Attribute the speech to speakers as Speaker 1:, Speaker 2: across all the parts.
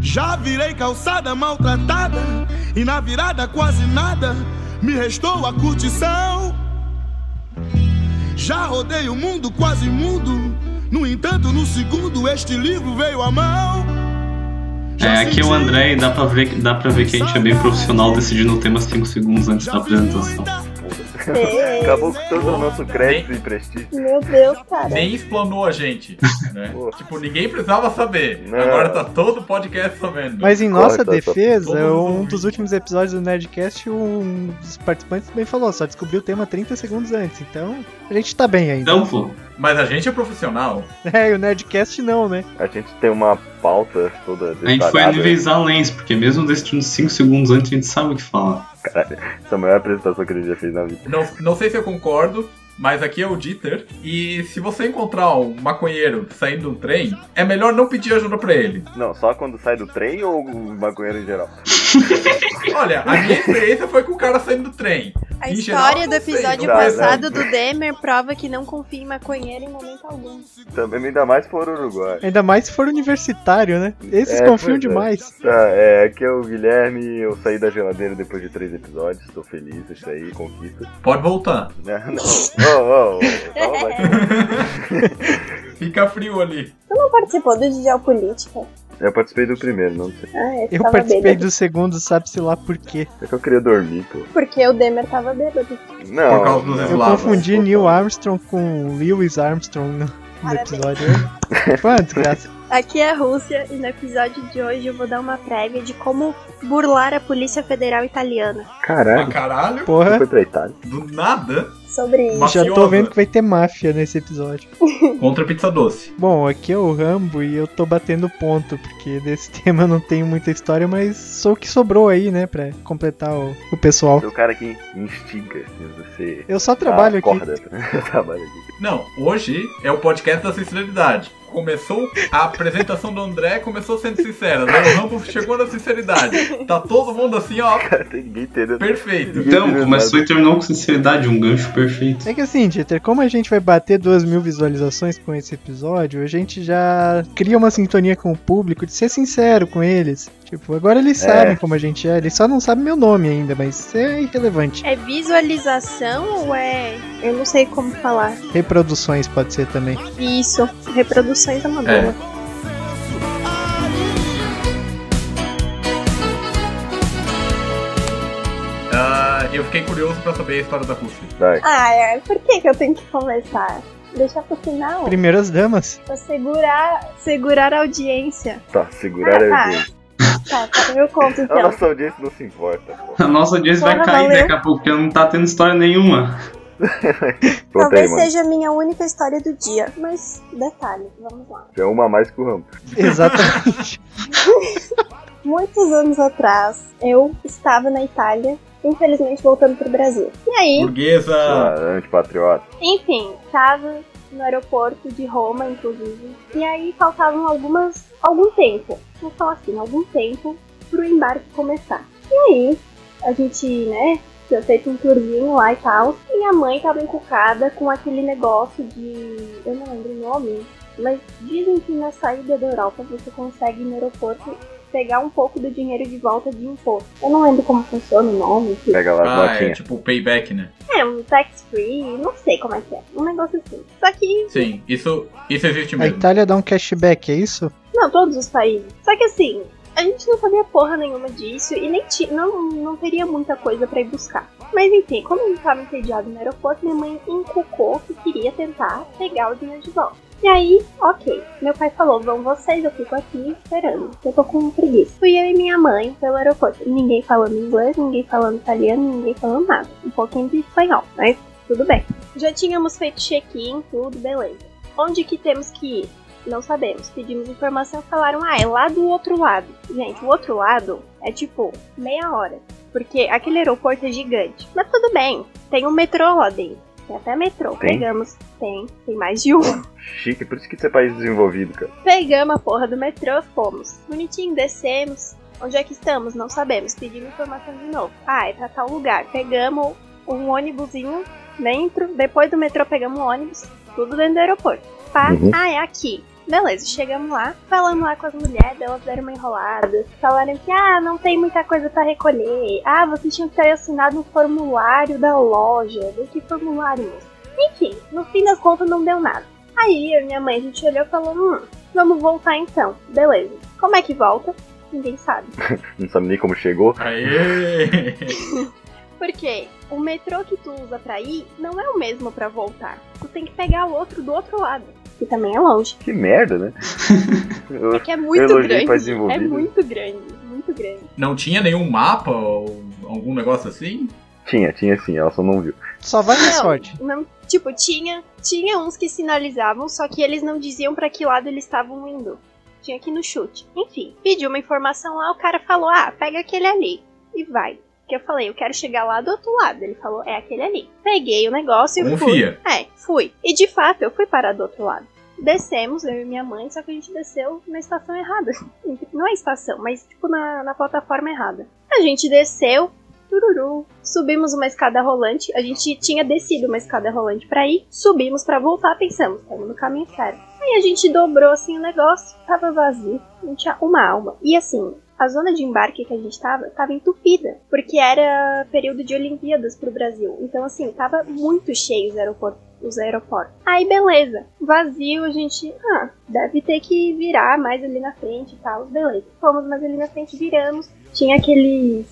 Speaker 1: Já virei calçada maltratada e na virada quase nada me restou a curtição. Já rodei o mundo quase mudo, no entanto, no segundo, este livro veio à mão.
Speaker 2: É, aqui o André, dá pra, ver, dá pra ver que a gente é bem profissional decidindo o tema 5 segundos antes da apresentação.
Speaker 3: Acabou com todo o nosso crédito e prestígio.
Speaker 4: Meu Deus, cara.
Speaker 5: Nem explanou a gente. Né?
Speaker 3: Pô.
Speaker 5: tipo, ninguém precisava saber.
Speaker 3: Não.
Speaker 5: Agora tá todo o podcast sabendo.
Speaker 6: Mas em nossa
Speaker 3: Corta,
Speaker 6: defesa,
Speaker 5: todo mundo
Speaker 6: um dos últimos episódios do Nerdcast, um dos participantes também falou, só descobriu o tema 30 segundos antes, então a gente tá bem ainda.
Speaker 2: Então, pô,
Speaker 5: Mas a gente é profissional.
Speaker 6: É, e o Nerdcast não, né?
Speaker 3: A gente tem uma pauta toda
Speaker 2: a gente foi a
Speaker 3: detalhada.
Speaker 2: níveis além, porque mesmo decidindo 5 segundos antes, a gente sabe o que falar.
Speaker 3: Essa é a maior apresentação que ele já fez na vida.
Speaker 5: Não, não sei se eu concordo, mas aqui é o Dieter. E se você encontrar um maconheiro saindo de um trem, é melhor não pedir ajuda pra ele.
Speaker 3: Não, só quando sai do trem ou o maconheiro em geral?
Speaker 5: Olha, a minha experiência foi com o cara saindo do trem.
Speaker 4: A
Speaker 5: Em
Speaker 4: história
Speaker 5: geral,
Speaker 4: do
Speaker 5: não sei,
Speaker 4: episódio
Speaker 3: não dá,
Speaker 4: passado do Demer prova que não confia em maconheiro em momento algum.
Speaker 3: Também ainda mais por Uruguai.
Speaker 6: Ainda mais se for universitário, né? Esses
Speaker 3: É,
Speaker 6: confiam
Speaker 3: pois é.
Speaker 6: demais.
Speaker 3: Tá, é, aqui é o Guilherme, eu saí da geladeira depois de três episódios, tô feliz, isso aí, conquista.
Speaker 5: Pode voltar.
Speaker 3: Não, não, oh, oh, oh, calma, vai.
Speaker 5: Fica frio ali.
Speaker 7: Não participou do de geopolítica?
Speaker 3: Eu participei do primeiro, não sei.
Speaker 7: Ah, esse
Speaker 6: Eu
Speaker 7: tava
Speaker 6: participei
Speaker 7: bêbado.
Speaker 6: do segundo, sabe-se lá por quê.
Speaker 3: É que eu queria dormir, pô.
Speaker 7: Porque o Demer tava bêbado.
Speaker 3: Não,
Speaker 5: Por causa dos
Speaker 3: não.
Speaker 6: Eu
Speaker 5: Lá,
Speaker 6: confundi Neil Armstrong com Lewis Armstrong no, no
Speaker 7: Parabéns.
Speaker 6: episódio. Foi uma desgraça.
Speaker 4: Aqui é a Rússia e no episódio de hoje eu vou dar uma prévia de como burlar a Polícia Federal Italiana.
Speaker 5: Pra
Speaker 3: Caralho,
Speaker 5: caralho,
Speaker 3: você
Speaker 6: Porra,
Speaker 3: foi pra Itália.
Speaker 5: do nada,
Speaker 7: Sobre isso.
Speaker 6: já tô
Speaker 5: mafiosa.
Speaker 6: vendo que vai ter máfia nesse episódio.
Speaker 5: contra a pizza doce.
Speaker 6: Bom, aqui é o Rambo e eu tô batendo ponto, porque desse tema eu não tenho muita história, mas sou o que sobrou aí, né, pra completar o, o pessoal.
Speaker 3: Você é o cara que instiga, que você...
Speaker 6: Eu só trabalho aqui.
Speaker 3: acorda. Eu Ah, né? trabalho aqui.
Speaker 5: Não, hoje é o podcast da sinceridade. Começou a apresentação do André, começou sendo sincera. Né? O Rambo chegou na sinceridade. Tá todo mundo assim, ó,
Speaker 3: Cara, tem ninguém entendendo.
Speaker 5: perfeito.
Speaker 2: Então, começou e terminou com sinceridade, um gancho perfeito.
Speaker 6: É que assim, Dieter, como a gente vai bater duas mil visualizações com esse episódio, a gente já cria uma sintonia com o público de ser sincero com eles. Tipo, agora eles
Speaker 3: É.
Speaker 6: sabem como a gente é, eles só não sabem meu nome ainda, mas isso é irrelevante.
Speaker 4: É visualização ou é. Eu não sei como falar.
Speaker 6: Reproduções pode ser também.
Speaker 4: Isso, reproduções da
Speaker 5: É.
Speaker 4: Madonna.
Speaker 5: Ah, eu fiquei curioso pra saber a história da Rússia.
Speaker 3: Vai.
Speaker 7: Ah, é. por que que eu tenho que começar? Deixar pro final?
Speaker 6: Primeiras damas.
Speaker 7: Pra segurar...
Speaker 4: Segurar a audiência.
Speaker 3: Tá, segurar
Speaker 7: Ah,
Speaker 3: a
Speaker 7: tá.
Speaker 3: audiência.
Speaker 7: Tá, tá no meu conto,
Speaker 3: A
Speaker 7: então.
Speaker 3: nossa audiência não se importa, pô.
Speaker 2: A nossa audiência vai
Speaker 4: Porra,
Speaker 2: cair
Speaker 4: valeu.
Speaker 2: daqui a pouco, porque não tá tendo história nenhuma.
Speaker 3: Pronto aí,
Speaker 7: Talvez
Speaker 3: mano.
Speaker 7: seja a minha única história do dia. Mas, detalhe, vamos lá.
Speaker 3: É uma a mais que o Rambo.
Speaker 6: Exatamente.
Speaker 7: Muitos anos atrás, eu estava na Itália, infelizmente voltando pro Brasil. E aí,
Speaker 5: Burguesa.
Speaker 3: Ah, antipatriota.
Speaker 7: Enfim, tava no aeroporto de Roma, inclusive. E aí faltavam algumas. algum tempo. Vou falar assim, algum tempo pro embarque começar. E aí, a gente, né? Tinha feito um tourzinho lá e tal. E minha mãe tava encucada com aquele negócio de. Eu não lembro o nome. Mas dizem que na saída da Europa você consegue no aeroporto pegar um pouco do dinheiro de volta de imposto. Eu não lembro como funciona o nome. que-
Speaker 3: Pega lá as
Speaker 5: Ah, é
Speaker 3: notinhas.
Speaker 5: tipo payback, né?
Speaker 7: É, um tax free, não sei como é que é. Um negócio assim. Só que
Speaker 5: Sim, isso, isso existe
Speaker 6: A
Speaker 5: mesmo.
Speaker 6: Itália dá um cashback, é isso?
Speaker 7: Não, todos os países. Só que assim, a gente não sabia porra nenhuma disso e nem ti- não, não teria muita coisa pra ir buscar. Mas enfim, como eu tava entediado no aeroporto, minha mãe encucou que queria tentar pegar o dinheiro de volta. E aí, ok. Meu pai falou: vão vocês, eu fico aqui esperando. Eu tô com preguiça. Fui eu e minha mãe pelo aeroporto. Ninguém falando inglês, ninguém falando italiano, ninguém falando nada. Um pouquinho de espanhol, mas tudo bem. Já tínhamos feito check-in, tudo, beleza. Onde que temos que ir? Não sabemos. Pedimos informação, falaram, ah, é lá do outro lado. Gente, o outro lado é tipo meia hora. Porque aquele aeroporto é gigante. Mas tudo bem, tem um metrô lá dentro. Tem até metrô.
Speaker 3: Tem?
Speaker 7: Pegamos. Tem, tem mais de um.
Speaker 3: Chique, por isso que isso é país desenvolvido, cara.
Speaker 7: Pegamos a porra do metrô, fomos. Bonitinho, descemos. Onde é que estamos? Não sabemos. Pedimos informação de novo. Ah, é pra tal lugar. Pegamos um ônibusinho dentro. Depois do metrô pegamos um ônibus. Tudo dentro do aeroporto. Pá,
Speaker 3: Uhum.
Speaker 7: ah, é aqui. Beleza, chegamos lá, falamos lá com as mulheres, elas deram uma enrolada, falaram que, ah, não tem muita coisa pra recolher, ah, vocês tinham que ter assinado um formulário da loja, do que formulário mesmo. Enfim, no fim das contas não deu nada. Aí eu e minha mãe, a gente olhou e falou, hum, vamos voltar então, beleza. Como é que volta? Ninguém sabe.
Speaker 3: Não sabe nem como chegou.
Speaker 5: Aê!
Speaker 7: Porque o metrô que tu usa pra ir não é o mesmo pra voltar. Tu tem que pegar o outro do outro lado. Que também é longe.
Speaker 3: Que merda, né? Eu-
Speaker 7: É que é muito
Speaker 3: elogio
Speaker 7: grande.
Speaker 3: pra
Speaker 7: É
Speaker 3: desenvolvido.
Speaker 7: muito grande, muito grande.
Speaker 5: Não tinha nenhum mapa ou algum negócio assim?
Speaker 3: Tinha, tinha sim, ela só não viu.
Speaker 6: Só vai na
Speaker 7: Não.
Speaker 6: sorte.
Speaker 7: Não, tipo, tinha, tinha uns que sinalizavam, só que eles não diziam pra que lado eles estavam indo. Tinha que ir no chute. Enfim, pediu uma informação lá, o cara falou: "Ah, pega aquele ali e vai". Que eu falei: "Eu quero chegar lá do outro lado". Ele falou: "É aquele ali". Peguei o negócio e fui.
Speaker 5: Confia.
Speaker 7: É, fui. E de fato, eu fui parar do outro lado. Descemos, eu e minha mãe, só que a gente desceu na estação errada. Não é estação, mas tipo na, na plataforma errada. A gente desceu, tururu, subimos uma escada rolante. A gente tinha descido uma escada rolante pra ir, subimos pra voltar, pensamos, estamos no caminho certo. Aí a gente dobrou assim o negócio, tava vazio, não tinha uma alma. E assim, a zona de embarque que a gente tava, tava entupida, porque era período de Olimpíadas pro Brasil. Então assim, tava muito cheio os aeroportos. Os aeroportos. Aí beleza, vazio, a gente. Ah, deve ter que virar mais ali na frente e tal, beleza. Fomos mais ali na frente, viramos. Tinha aqueles.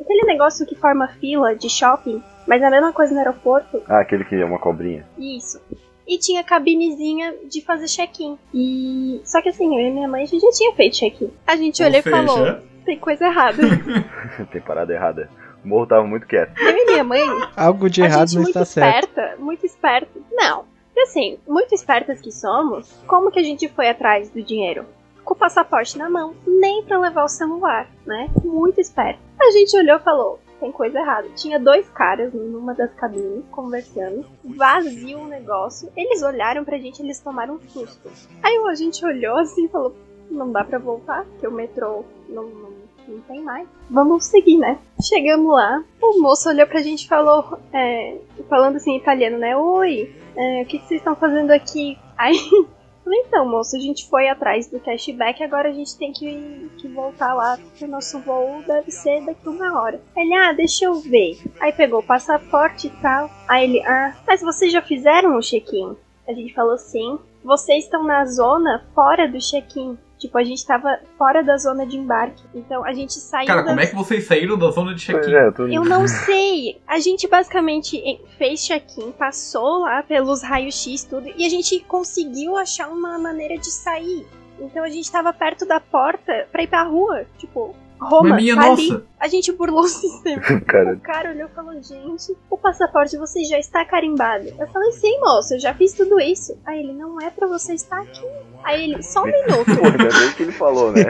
Speaker 7: aquele negócio que forma fila de shopping, mas é a mesma coisa no aeroporto.
Speaker 3: Ah, aquele que é uma cobrinha.
Speaker 7: Isso. E tinha cabinezinha de fazer check-in. E. Só que assim, eu e minha mãe a gente já tinha feito check-in. A gente olhou
Speaker 5: Ou
Speaker 7: e falou:
Speaker 5: seja,
Speaker 7: tem coisa errada.
Speaker 3: Tem parada errada. O morro tava muito quieto.
Speaker 7: eu e minha mãe
Speaker 6: Algo de
Speaker 7: a
Speaker 6: errado
Speaker 7: gente
Speaker 6: não
Speaker 7: muito
Speaker 6: está certo.
Speaker 7: esperta, muito esperta. Não. E assim, muito espertas que somos, como que a gente foi atrás do dinheiro? Com o passaporte na mão, nem pra levar o celular, né? Muito esperto. A gente olhou e falou: tem coisa errada. Tinha dois caras numa das cabines conversando, vazio o negócio. Eles olharam pra gente, eles tomaram um susto. Aí a gente olhou assim e falou: não dá pra voltar, porque o metrô não, não, não tem mais. Vamos seguir, né? Chegamos lá, o moço olhou pra gente e falou, é, falando assim em italiano, né? Oi, é, o que, que vocês estão fazendo aqui? Aí, eu falei, então, moço, a gente foi atrás do cashback, agora a gente tem que, que voltar lá, porque o nosso voo deve ser daqui uma hora. Ele, ah, deixa eu ver. Aí pegou o passaporte e tal. Aí ele, ah, mas vocês já fizeram o check-in? A gente falou sim. Vocês estão na zona fora do check-in. Tipo, a gente tava fora da zona de embarque. Então a gente saiu
Speaker 5: cara,
Speaker 7: da
Speaker 5: como é que vocês saíram da zona de
Speaker 3: Pois
Speaker 5: check-in?
Speaker 3: é, tu...
Speaker 7: eu não sei. A gente basicamente em- fez check-in, passou lá pelos raios-x, tudo, e a gente conseguiu achar uma maneira de sair. Então a gente tava perto da porta pra ir pra rua. Tipo, Roma,
Speaker 5: Mas minha
Speaker 7: tá ali.
Speaker 5: nossa.
Speaker 7: A gente burlou o sistema.
Speaker 3: Cara,
Speaker 7: O cara olhou e falou: Gente, o passaporte de vocês já está carimbado. Eu falei: Sim, moço, eu já fiz tudo isso. Aí ele: Não é pra você estar aqui. Aí ele: Só um minuto.
Speaker 3: ainda bem que ele falou, né?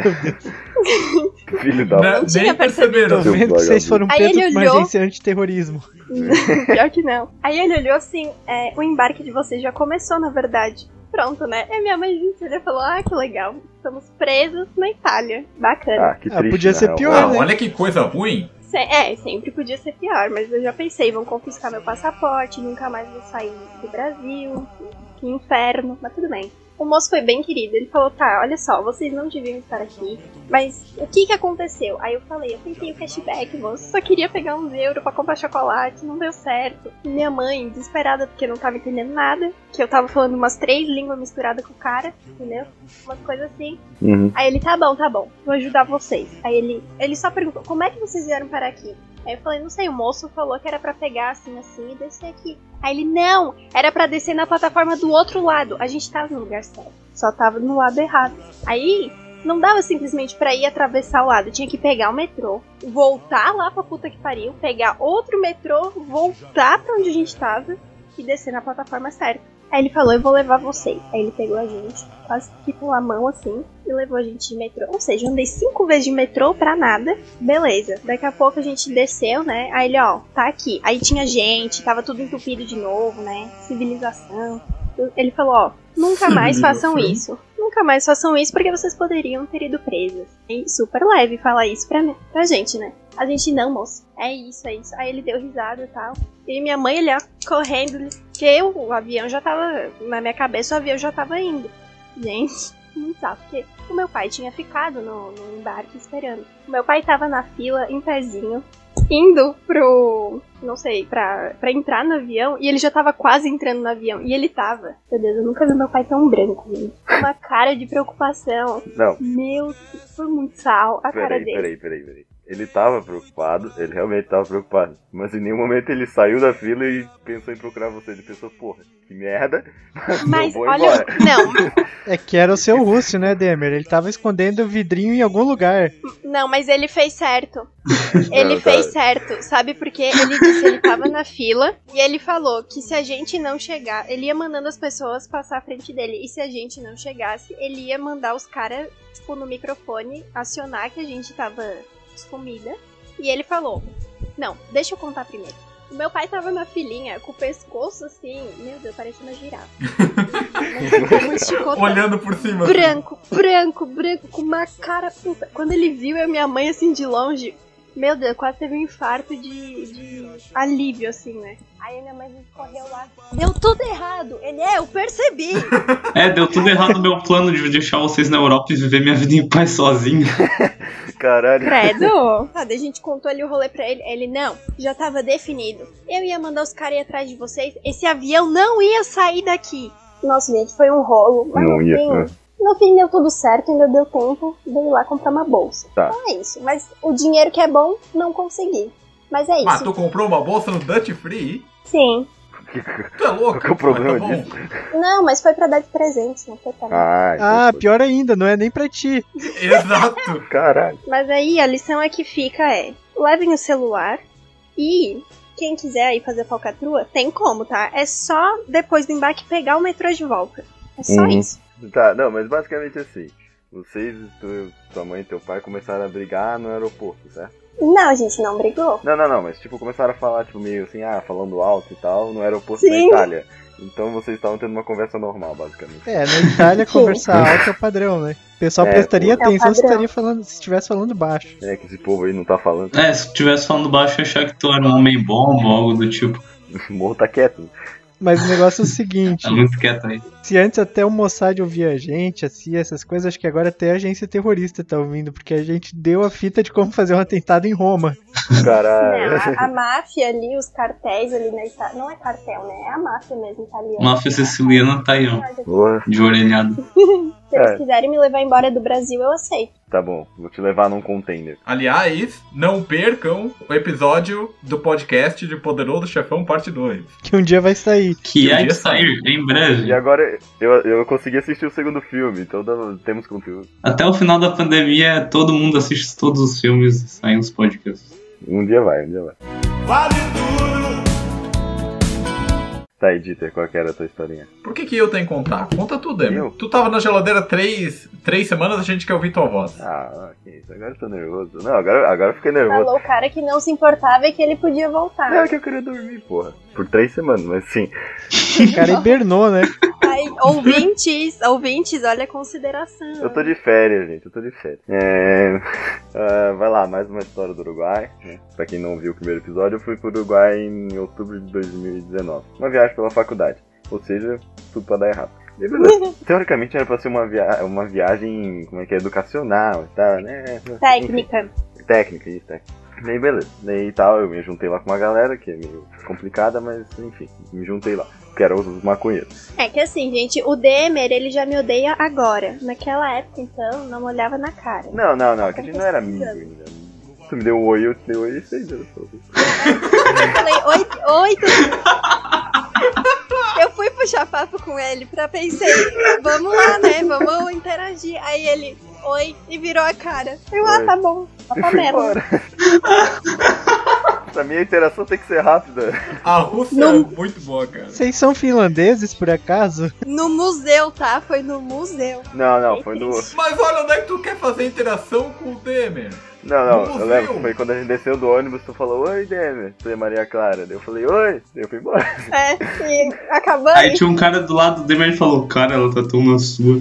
Speaker 3: Filho da
Speaker 5: Né?
Speaker 7: Não tinha
Speaker 5: Nem perceberam.
Speaker 6: Tô
Speaker 3: Seu
Speaker 6: vendo que vocês
Speaker 3: vagabundo.
Speaker 6: foram
Speaker 7: Aí ele
Speaker 6: presos por uma
Speaker 7: olhou.
Speaker 6: agência antiterrorismo.
Speaker 7: Pior que não. Aí ele olhou assim: é, o embarque de vocês já começou, na verdade. Pronto, né? E minha mãe disse, ele falou: ah, que legal. Estamos presos na Itália. Bacana.
Speaker 3: Ah, que
Speaker 6: Ah,
Speaker 3: triste.
Speaker 6: podia
Speaker 3: na
Speaker 6: ser
Speaker 3: real.
Speaker 6: pior,
Speaker 5: Ah,
Speaker 6: né?
Speaker 5: olha que coisa ruim.
Speaker 7: Se- é, sempre podia ser pior, mas eu já pensei: vão confiscar meu passaporte, nunca mais vou sair do Brasil. Que inferno. Mas tudo bem. O moço foi bem querido. Ele falou: tá, olha só, vocês não deviam estar aqui. Mas o que que aconteceu? Aí eu falei: eu tentei o cashback, moço. Só queria pegar uns euros pra comprar chocolate. Não deu certo. Minha mãe, desesperada porque não tava entendendo nada. Que eu tava falando umas três línguas misturadas com o cara, entendeu? Umas coisas assim.
Speaker 6: né?
Speaker 3: Uhum.
Speaker 7: Aí ele, tá bom, tá bom, vou ajudar vocês. Aí ele, ele só perguntou, como é que vocês vieram parar aqui? Aí eu falei, não sei, o moço falou que era pra pegar assim, assim e descer aqui. Aí ele, não, era pra descer na plataforma do outro lado. A gente tava no lugar certo, só tava no lado errado. Aí não dava simplesmente pra ir atravessar o lado, tinha que pegar o metrô, voltar lá pra puta que pariu, pegar outro metrô, voltar pra onde a gente tava e descer na plataforma certa. Aí ele falou, eu vou levar vocês. Aí ele pegou a gente, quase que com a mão assim, e levou a gente de metrô. Ou seja, eu andei cinco vezes de metrô pra nada. Beleza. Daqui a pouco a gente desceu, né? Aí ele, ó, tá aqui. Aí tinha gente, tava tudo entupido de novo, né? Civilização. Ele falou, ó, nunca mais façam isso. Nunca mais façam isso porque vocês poderiam ter ido presas. E super leve falar isso pra, mim- pra gente, né? A gente, não, moço. É isso, é isso. Aí ele deu risada e tal. E minha mãe, ele, ó, correndo, porque eu, o avião já tava. Na minha cabeça, o avião já tava indo. Gente, muito sabe, porque o meu pai tinha ficado no, no embarque esperando. O meu pai tava na fila, em pezinho, indo pro. não sei, pra, pra entrar no avião, e ele já tava quase entrando no avião. E ele tava. Meu Deus, eu nunca vi meu pai tão branco, né? gente. Uma cara de preocupação.
Speaker 3: Não,
Speaker 7: Meu, Deus, foi muito sarro a cara
Speaker 3: peraí,
Speaker 7: dele.
Speaker 3: peraí, peraí, peraí. Ele tava preocupado, ele realmente tava preocupado. Mas em nenhum momento ele saiu da fila e pensou em procurar você. Ele pensou, porra, que merda.
Speaker 7: Mas
Speaker 3: eu vou
Speaker 7: olha.
Speaker 3: embora.
Speaker 7: Não,
Speaker 6: É que era o seu Russo, né, Demer? Ele tava escondendo o vidrinho em algum lugar.
Speaker 7: Não, mas ele fez certo. Ele
Speaker 3: Não, tá.
Speaker 7: fez certo, sabe? Porque ele disse ele tava na fila e ele falou que se a gente não chegar, ele ia mandando as pessoas passar à frente dele. E se a gente não chegasse, ele ia mandar os caras, tipo, no microfone, acionar que a gente tava escomida. E ele falou: Não, deixa eu contar primeiro. O meu pai tava na filinha com o pescoço assim, meu Deus, parecia uma girafa. Como esticotado
Speaker 5: Olhando por cima. assim.
Speaker 7: branco, branco, branco, com uma cara puta. Quando ele viu eu e minha mãe assim de longe, meu Deus, quase teve um infarto de, de alívio, assim, né? Aí a minha mãe correu lá. Deu tudo errado! Ele é, eu percebi!
Speaker 2: É, deu tudo errado no meu plano de deixar vocês na Europa e viver minha vida em paz sozinho.
Speaker 3: Caralho.
Speaker 7: Credo! Sabe, a gente contou ali o rolê pra ele. Ele, não, já tava definido. Eu ia mandar os caras ir atrás de vocês. Esse avião não ia sair daqui. Nossa, gente, foi um rolo. Mas
Speaker 3: Não
Speaker 7: no
Speaker 3: ia,
Speaker 7: fim-
Speaker 3: né?
Speaker 7: No fim deu tudo certo, ainda deu tempo de eu ir lá comprar uma bolsa.
Speaker 3: Tá.
Speaker 7: Então é isso. Mas o dinheiro que é bom, não consegui. Mas é isso.
Speaker 5: Mas Ah, tu comprou uma bolsa no Duty Free?
Speaker 7: Sim.
Speaker 5: Tu é
Speaker 3: Qual
Speaker 5: louco?
Speaker 3: que é o problema
Speaker 5: Mas tá bom.
Speaker 7: Não, mas foi pra dar de presente, não foi pra mim.
Speaker 3: Ah, então
Speaker 6: Ah,
Speaker 3: foi.
Speaker 6: pior ainda, não é nem pra ti.
Speaker 5: Exato.
Speaker 3: Caralho.
Speaker 7: Mas aí a lição é que fica é: levem o celular e quem quiser aí fazer falcatrua, tem como, tá? É só depois do embarque pegar o metrô de volta. É só
Speaker 3: Uhum.
Speaker 7: isso.
Speaker 3: Tá, não, mas basicamente assim. Vocês, tu, tua mãe e teu pai começaram a brigar no aeroporto, certo?
Speaker 7: Não, a gente não brigou.
Speaker 3: Não, não, não, mas tipo, começaram a falar, tipo, meio assim, ah, falando alto e tal, no aeroporto da
Speaker 7: Sim.
Speaker 3: Itália. Então vocês estavam tendo uma conversa normal, basicamente.
Speaker 6: É, na Itália conversar alto é o padrão, né? O pessoal
Speaker 3: É,
Speaker 6: prestaria
Speaker 7: o- É o
Speaker 6: atenção se
Speaker 7: padrão.
Speaker 6: estaria falando, se estivesse falando baixo.
Speaker 3: É que esse povo aí não tá falando,
Speaker 2: É, se tu tivesse falando baixo, ia achar que tu era um homem bom ou algo do tipo.
Speaker 3: o morro tá quieto.
Speaker 6: Mas o negócio é o seguinte,
Speaker 2: Tá muito quieto aí.
Speaker 6: se antes até o Mossad ouvia a gente, assim, essas coisas, acho que agora até a agência terrorista tá ouvindo, porque a gente deu a fita de como fazer um atentado em Roma.
Speaker 3: Caralho.
Speaker 7: Não, a, a máfia ali, os cartéis ali na Itália. Não é cartel, né? É a máfia mesmo italiana.
Speaker 2: Máfia siciliana tá aí, ó.
Speaker 7: Ah, já-
Speaker 3: Boa,
Speaker 2: De orelhado.
Speaker 7: Se eles
Speaker 3: É.
Speaker 7: quiserem me levar embora do Brasil, eu aceito.
Speaker 3: tá bom, vou te levar num container.
Speaker 5: Aliás, não percam o episódio do podcast de Poderoso Chefão Parte 2.
Speaker 6: Que um dia vai sair.
Speaker 2: Que
Speaker 5: Que
Speaker 2: há
Speaker 5: dia
Speaker 2: de sair em
Speaker 3: E
Speaker 2: breve.
Speaker 3: agora eu, eu consegui assistir o segundo filme, então dá- temos conteúdo.
Speaker 2: Até o final da pandemia, todo mundo assiste todos os filmes e saem os podcasts.
Speaker 3: Um dia vai, um dia vai.
Speaker 1: Vale tudo.
Speaker 3: Tá aí, Dieter, qual que era a tua historinha?
Speaker 5: Por que, que eu tenho que contar? Conta tu, Demi.
Speaker 3: Eu?
Speaker 5: Tu tava na geladeira três, três semanas, a gente quer ouvir tua voz.
Speaker 3: Ah, que isso, agora eu tô nervoso. Não, agora, agora eu fiquei nervoso.
Speaker 7: Falou o cara que não se importava e que ele podia voltar.
Speaker 3: Não, é que eu queria dormir, porra. Por três semanas, mas sim.
Speaker 6: O cara hibernou, né?
Speaker 7: Ai, ouvintes, ouvintes, olha a consideração.
Speaker 3: Eu tô de férias, gente, eu tô de férias. É... ah, vai lá, mais uma história do Uruguai. né? Pra quem não viu o primeiro episódio, eu fui pro Uruguai em outubro de 2019. Uma viagem pela faculdade. Ou seja, tudo pra dar errado. E beleza. Teoricamente era pra ser uma, via uma viagem, como é que é, educacional e tal, né?
Speaker 7: Técnica.
Speaker 3: técnica, isso, técnica. Daí beleza, daí tal, eu me juntei lá com uma galera que é meio complicada, mas enfim, me juntei lá, que eram os maconheiros.
Speaker 7: É que assim, gente, o Demer, ele já me odeia agora. Naquela época, então, não me olhava na cara.
Speaker 3: Não, não, não, que a gente não era amigo ainda. Tu me deu um oi, eu te dei um oi e seis anos.
Speaker 7: Eu falei, oi, oi, tudo-" Eu fui puxar papo com ele pra pensei, vamos lá, né? Vamos interagir. Aí ele, oi, e virou a cara. Eu, ah,
Speaker 3: Oi.
Speaker 7: tá bom. Tá
Speaker 3: E
Speaker 7: pra
Speaker 3: fui
Speaker 7: merda.
Speaker 3: embora. pra mim a interação tem que ser rápida.
Speaker 5: A Rússia
Speaker 7: Não.
Speaker 5: é muito boa, cara.
Speaker 6: Vocês são finlandeses, por acaso?
Speaker 7: No museu, tá? Foi no museu.
Speaker 3: Não, não, foi no.
Speaker 5: Mas olha onde é que tu quer fazer interação com o Demer.
Speaker 3: Não, não,
Speaker 5: Museu.
Speaker 3: eu lembro, foi quando a gente desceu do ônibus, tu falou, oi, Demer, tu é Maria Clara. Daí eu falei, oi, daí eu fui embora.
Speaker 7: É, e acabou
Speaker 2: Aí
Speaker 7: aí.
Speaker 2: tinha um cara do lado do Demer e falou: Cara, ela tá tão na sua.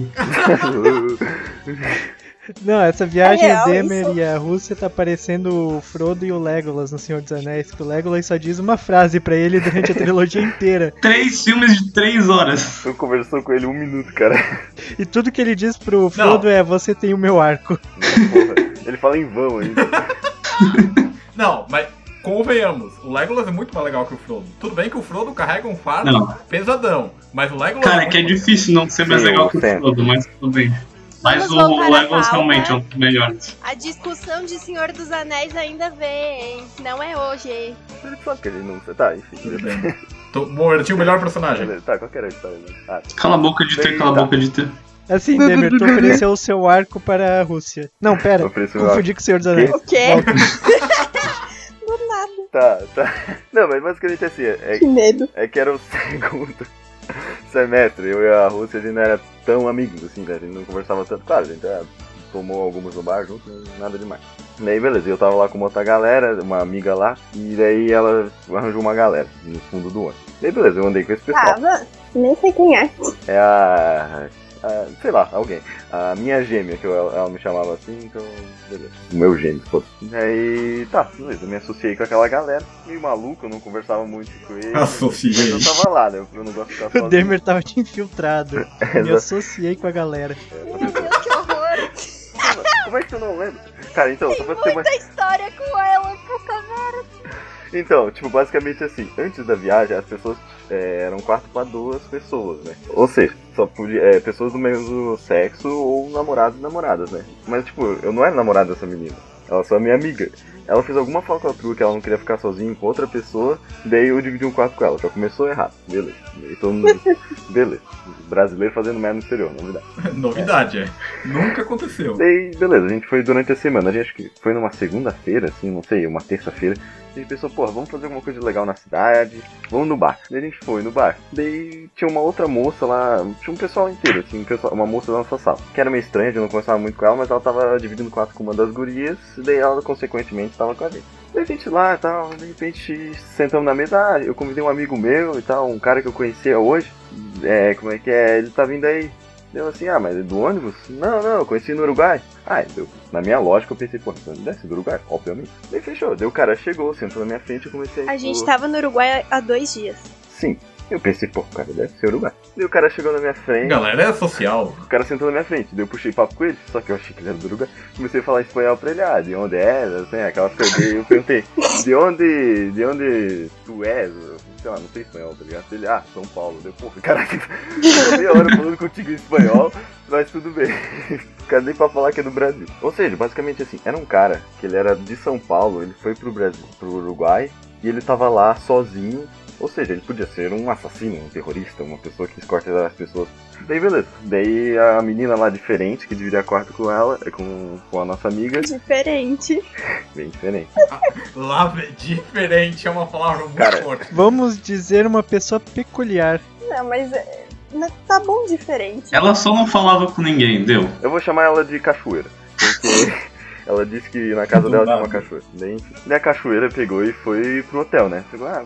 Speaker 6: Não, essa viagem
Speaker 7: É real
Speaker 6: o Demer
Speaker 7: isso?
Speaker 6: e a Rússia tá parecendo o Frodo e o Legolas no Senhor dos Anéis, que o Legolas só diz uma frase pra ele durante a trilogia inteira.
Speaker 2: Três filmes de três horas.
Speaker 3: Tu conversou com ele um minuto, cara.
Speaker 6: E tudo que ele diz pro Frodo é: Você tem o meu arco.
Speaker 3: Porra, ele fala em vão ainda.
Speaker 5: Não, mas convenhamos, o Legolas é muito mais legal que o Frodo. Tudo bem que o Frodo carrega um fardo
Speaker 2: Não.
Speaker 5: pesadão, mas o Legolas.
Speaker 2: Cara,
Speaker 5: é
Speaker 2: é que é
Speaker 5: muito mais
Speaker 2: difícil não ser mais
Speaker 3: Sim,
Speaker 2: legal que o
Speaker 3: certo.
Speaker 2: Frodo, mas tudo bem. Mas
Speaker 4: Vamos
Speaker 2: o
Speaker 4: voltar à
Speaker 2: Legolas
Speaker 4: pauta.
Speaker 2: realmente é um dos melhores.
Speaker 4: A discussão de Senhor dos Anéis ainda vem, não é hoje. hein?
Speaker 3: Ele sabe que ele não. Tá, enfim.
Speaker 5: legal. Tudo bem. Tô- Mordi o melhor personagem.
Speaker 3: Beleza, Tá, qual que era a história? né? Ah,
Speaker 2: Cala a boca, editor, cala a
Speaker 3: Eita.
Speaker 2: boca, editor.
Speaker 6: Assim, Demer, tu ofereceu o seu arco para a Rússia. Não, pera,
Speaker 3: eu preciso.
Speaker 6: confundi com o Senhor dos Anéis.
Speaker 4: O quê?
Speaker 6: Volta.
Speaker 3: Tá, tá. Não, mas basicamente assim, é,
Speaker 7: Que medo.
Speaker 3: é que era o segundo semestre. Eu e a Rússia, a gente não era tão amigos, assim, velho. A gente não conversava tanto. Claro, a gente é, tomou algumas no bar junto, mas nada demais. Daí, beleza, eu tava lá com uma outra galera, uma amiga lá, e daí ela arranjou uma galera no fundo do ônibus. Daí, beleza, eu andei com esse pessoal.
Speaker 7: Tava. Nem sei quem é.
Speaker 3: É a, a- Sei lá, alguém. A minha gêmea, que eu- ela me chamava assim, então. Beleza. O meu gêmeo, pô. Aí. Tá, beleza. Eu me associei com aquela galera. Meio maluco, eu não conversava muito com ele. Mas
Speaker 5: Associei.
Speaker 3: eu tava lá, né? Eu não gosto de ficar
Speaker 6: O
Speaker 3: sozinho.
Speaker 6: Demer tava de infiltrado. Me
Speaker 3: É, Exato.
Speaker 6: associei com a galera.
Speaker 4: Que horror!
Speaker 3: Como é que tu não lembra? Cara, então, só pra ter uma.
Speaker 4: Muita história com ela, por favor.
Speaker 3: Então, tipo, basicamente assim, antes da viagem, as pessoas é, eram quatro pra duas pessoas, né? Ou seja, só podia, é, pessoas do mesmo sexo ou namorados e namoradas, né? Mas, tipo, eu não era namorado dessa menina. Ela só é minha amiga. Ela fez alguma falcatrua que ela não queria ficar sozinha com outra pessoa, daí eu dividi um quarto com ela. Já começou errado. Beleza. E todo mundo... Beleza. Brasileiro fazendo merda no exterior, novidade.
Speaker 5: Novidade, é. Nunca aconteceu.
Speaker 3: Daí, beleza, a gente foi durante a semana, a gente acho que foi numa segunda-feira, assim, não sei, uma terça-feira. A gente pensou, pô, vamos fazer alguma coisa legal na cidade, vamos no bar. Daí a gente foi no bar. Daí tinha uma outra moça lá, tinha um pessoal inteiro, assim, um pessoal- uma moça da nossa sala. Que era meio estranha, a gente não conversava muito com ela, mas ela tava dividindo quarto com uma das gurias, daí ela, consequentemente, tava com a gente. Daí a gente lá e tal, de repente sentamos na mesa, ah, eu convidei um amigo meu e tal, um cara que eu conhecia hoje. É, como é que é? Ele tá vindo aí. Deu assim, ah, mas é do ônibus? Não, não, eu conheci no Uruguai. Ah, deu. Na minha lógica eu pensei, pô, então ele deve ser do Uruguai, obviamente. Daí fechou, daí o cara chegou, sentou na minha frente e comecei
Speaker 4: A gente tá
Speaker 3: tipo,
Speaker 4: tava no Uruguai há dois dias.
Speaker 3: Sim. Eu pensei, pô, o cara deve ser Uruguai. Daí o cara chegou na minha frente,
Speaker 5: Galera é social.
Speaker 3: o cara sentou na minha frente, daí eu puxei papo com ele, só que eu achei que ele era do Uruguai. Comecei a falar espanhol pra ele, ah, de onde és, assim, aquela coisa. Daí eu perguntei, de onde, de onde tu és? Eu, Sei lá, não sei espanhol, tá ligado? Ele, ah, São Paulo. Deu, porra, caraca, tô meia hora falando contigo em espanhol, mas tudo bem. Cadê pra falar que é do Brasil? Ou seja, basicamente assim, era um cara que ele era de São Paulo, ele foi pro Brasil, pro Uruguai, e ele tava lá sozinho. Ou seja, ele podia ser um assassino, um terrorista, uma pessoa que escorta as pessoas Daí beleza. Daí a menina lá diferente, que dividia quarto com ela, com, com a nossa amiga,
Speaker 4: Diferente.
Speaker 3: bem diferente.
Speaker 5: Lá é diferente, é uma palavra muito
Speaker 3: Cara.
Speaker 5: forte.
Speaker 6: Vamos dizer uma pessoa peculiar.
Speaker 4: Não, mas
Speaker 7: eh,
Speaker 4: é, né, tá bom diferente.
Speaker 2: Ela só não falava com ninguém, deu.
Speaker 3: Eu vou chamar ela de cachoeira. Porque ela disse que na casa
Speaker 5: Do
Speaker 3: dela tinha
Speaker 5: nada.
Speaker 3: uma cachoeira. Daí, enfim. Daí a cachoeira pegou e foi pro hotel, né? Pegou, ah,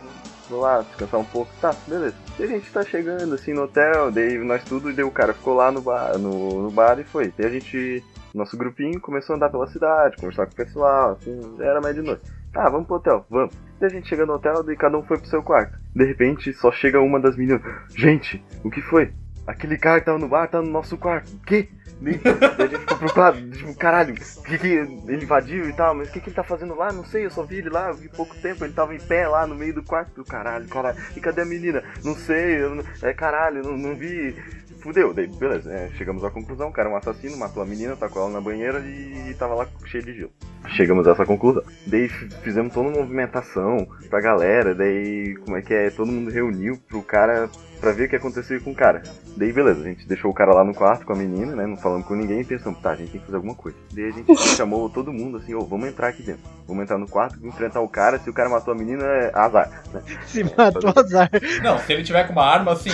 Speaker 3: vou lá descansar um pouco. Tá, beleza. Daí a gente tá chegando assim no hotel, daí nós tudo, e daí o cara ficou lá no bar, no, no bar e foi. Daí a gente, nosso grupinho, começou a andar pela cidade, conversar com o pessoal, assim, já era mais de noite. Tá, vamos pro hotel, vamos. Daí a gente chega no hotel, daí cada um foi pro seu quarto. De repente, só chega uma das meninas. Gente, o que foi? Aquele cara que tava no bar tá no nosso quarto. O quê? Daí daí a gente ficou preocupado, tipo, caralho, o que, que ele invadiu e tal, mas o que, que ele tá fazendo lá? Não sei, eu só vi ele lá, eu vi pouco tempo, ele tava em pé lá no meio do quarto, caralho, caralho. E cadê a menina? Não sei, eu não- é caralho, não, não vi. Fudeu, daí beleza, é, chegamos à conclusão, o cara é um assassino, matou a menina, tacou ela na banheira e tava lá cheio de gelo. Chegamos a essa conclusão. Daí f- fizemos toda uma movimentação pra galera, daí como é que é, todo mundo reuniu pro cara pra ver o que acontecia com o cara. Daí beleza, a gente deixou o cara lá no quarto com a menina, né? Não falando com ninguém, pensando, tá, a gente tem que fazer alguma coisa. Daí a gente chamou todo mundo assim, ô, vamos entrar aqui dentro. Vamos entrar no quarto, enfrentar o cara, se o cara matou a menina, é azar. né?
Speaker 6: Se matou azar.
Speaker 5: Não, se ele tiver com uma arma assim,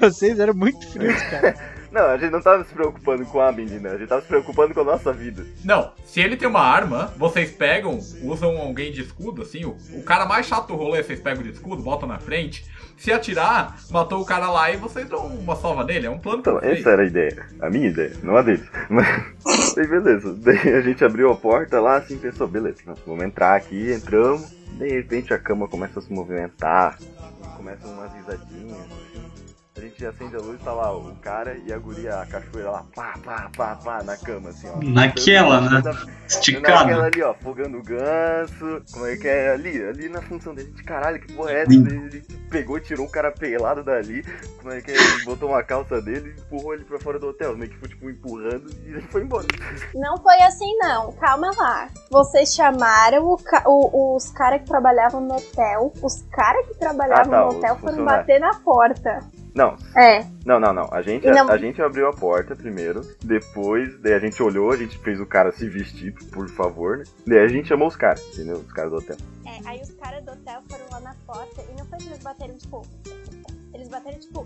Speaker 6: Vocês eram muito frios, cara.
Speaker 3: Não, a gente não tava se preocupando com a menina, a gente tava se preocupando com a nossa vida.
Speaker 5: Não, se ele tem uma arma, vocês pegam, usam alguém de escudo, assim, o, o cara mais chato do rolê, vocês pegam de escudo, botam na frente. Se atirar, matou o cara lá e vocês dão uma salva nele, é um plano
Speaker 3: Então,
Speaker 5: pra vocês.
Speaker 3: essa era a ideia. A minha ideia, não a deles. Mas, aí beleza. Daí a gente abriu a porta lá, assim, pensou, beleza, nós vamos entrar aqui, entramos. De repente a cama começa a se movimentar, começam umas risadinhas. A gente acende a luz, tá lá o cara e a guria, a cachoeira lá, pá, pá, pá, pá, na cama, assim, ó. Então,
Speaker 2: Naquela, né?
Speaker 3: Naquela
Speaker 2: Esticado.
Speaker 3: ali, ó, fogando o ganso. Como é que é? Ali, ali na função dele. De caralho, que porra é essa? Ele pegou, tirou o cara pelado dali. Como é que é? Ele botou uma calça dele e empurrou ele pra fora do hotel. Meio que foi, tipo, empurrando e ele foi embora.
Speaker 7: Não foi assim, não. Calma lá. Vocês chamaram o ca- o- os caras que trabalhavam no hotel. Os caras que trabalhavam
Speaker 3: Ah, tá,
Speaker 7: no
Speaker 3: os
Speaker 7: hotel foram
Speaker 3: funcionários.
Speaker 7: bater na porta.
Speaker 3: Não,
Speaker 7: É.
Speaker 3: não, não, não. A gente,
Speaker 7: E
Speaker 3: a,
Speaker 7: não-
Speaker 3: a gente abriu a porta primeiro. Depois, daí a gente olhou, a gente fez o cara se vestir, por favor, né? Daí a gente chamou os caras, entendeu? Os caras do hotel.
Speaker 7: É, aí os caras do hotel foram lá na porta e não foi que eles bateram, tipo. Eles bateram, tipo,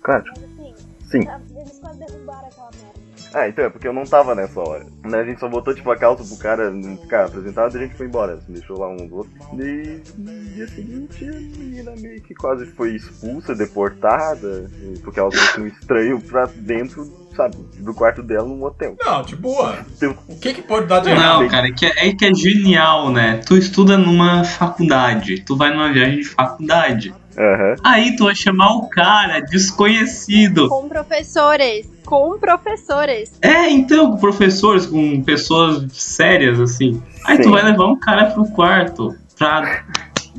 Speaker 3: Claro,
Speaker 7: mas assim,
Speaker 3: tipo, sim.
Speaker 7: tá- eles quase derrubaram aquela merda.
Speaker 3: Ah, então é porque eu não tava nessa hora. Né, A gente só botou tipo a calça pro cara não ficar apresentado e a gente foi embora. Deixou lá um do outro. E no dia seguinte a menina meio que quase foi expulsa, deportada, e- porque ela trouxe um estranho pra dentro, sabe, do quarto dela num hotel.
Speaker 5: Não, de boa.
Speaker 3: Tem-
Speaker 5: O que que pode dar de errado?
Speaker 2: Não, cara, é que é, é que é genial, né? Tu estuda numa faculdade, tu vai numa viagem de faculdade.
Speaker 3: Aham.
Speaker 2: Aí tu vai chamar o cara desconhecido.
Speaker 4: Com professores. Com professores.
Speaker 2: É, então, com professores, com pessoas sérias, assim. Aí
Speaker 3: Sim.
Speaker 2: tu vai levar um cara pro quarto pra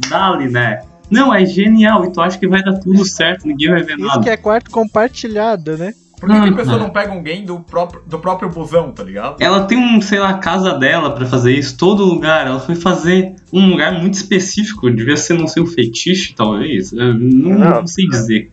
Speaker 2: dar-lhe, né? Não, é genial, e tu acha que vai dar tudo certo, ninguém vai ver
Speaker 6: Isso
Speaker 2: nada.
Speaker 6: que é quarto compartilhado, né?
Speaker 5: Por que, que a
Speaker 2: Não,
Speaker 5: pessoa
Speaker 2: não.
Speaker 5: não pega alguém do próprio, do próprio busão, tá ligado?
Speaker 2: Ela tem um, sei lá, a casa dela pra fazer isso, todo lugar. Ela foi fazer um lugar muito específico, devia ser, não sei, o fetiche, talvez. Eu não,
Speaker 3: Não.
Speaker 2: não sei dizer.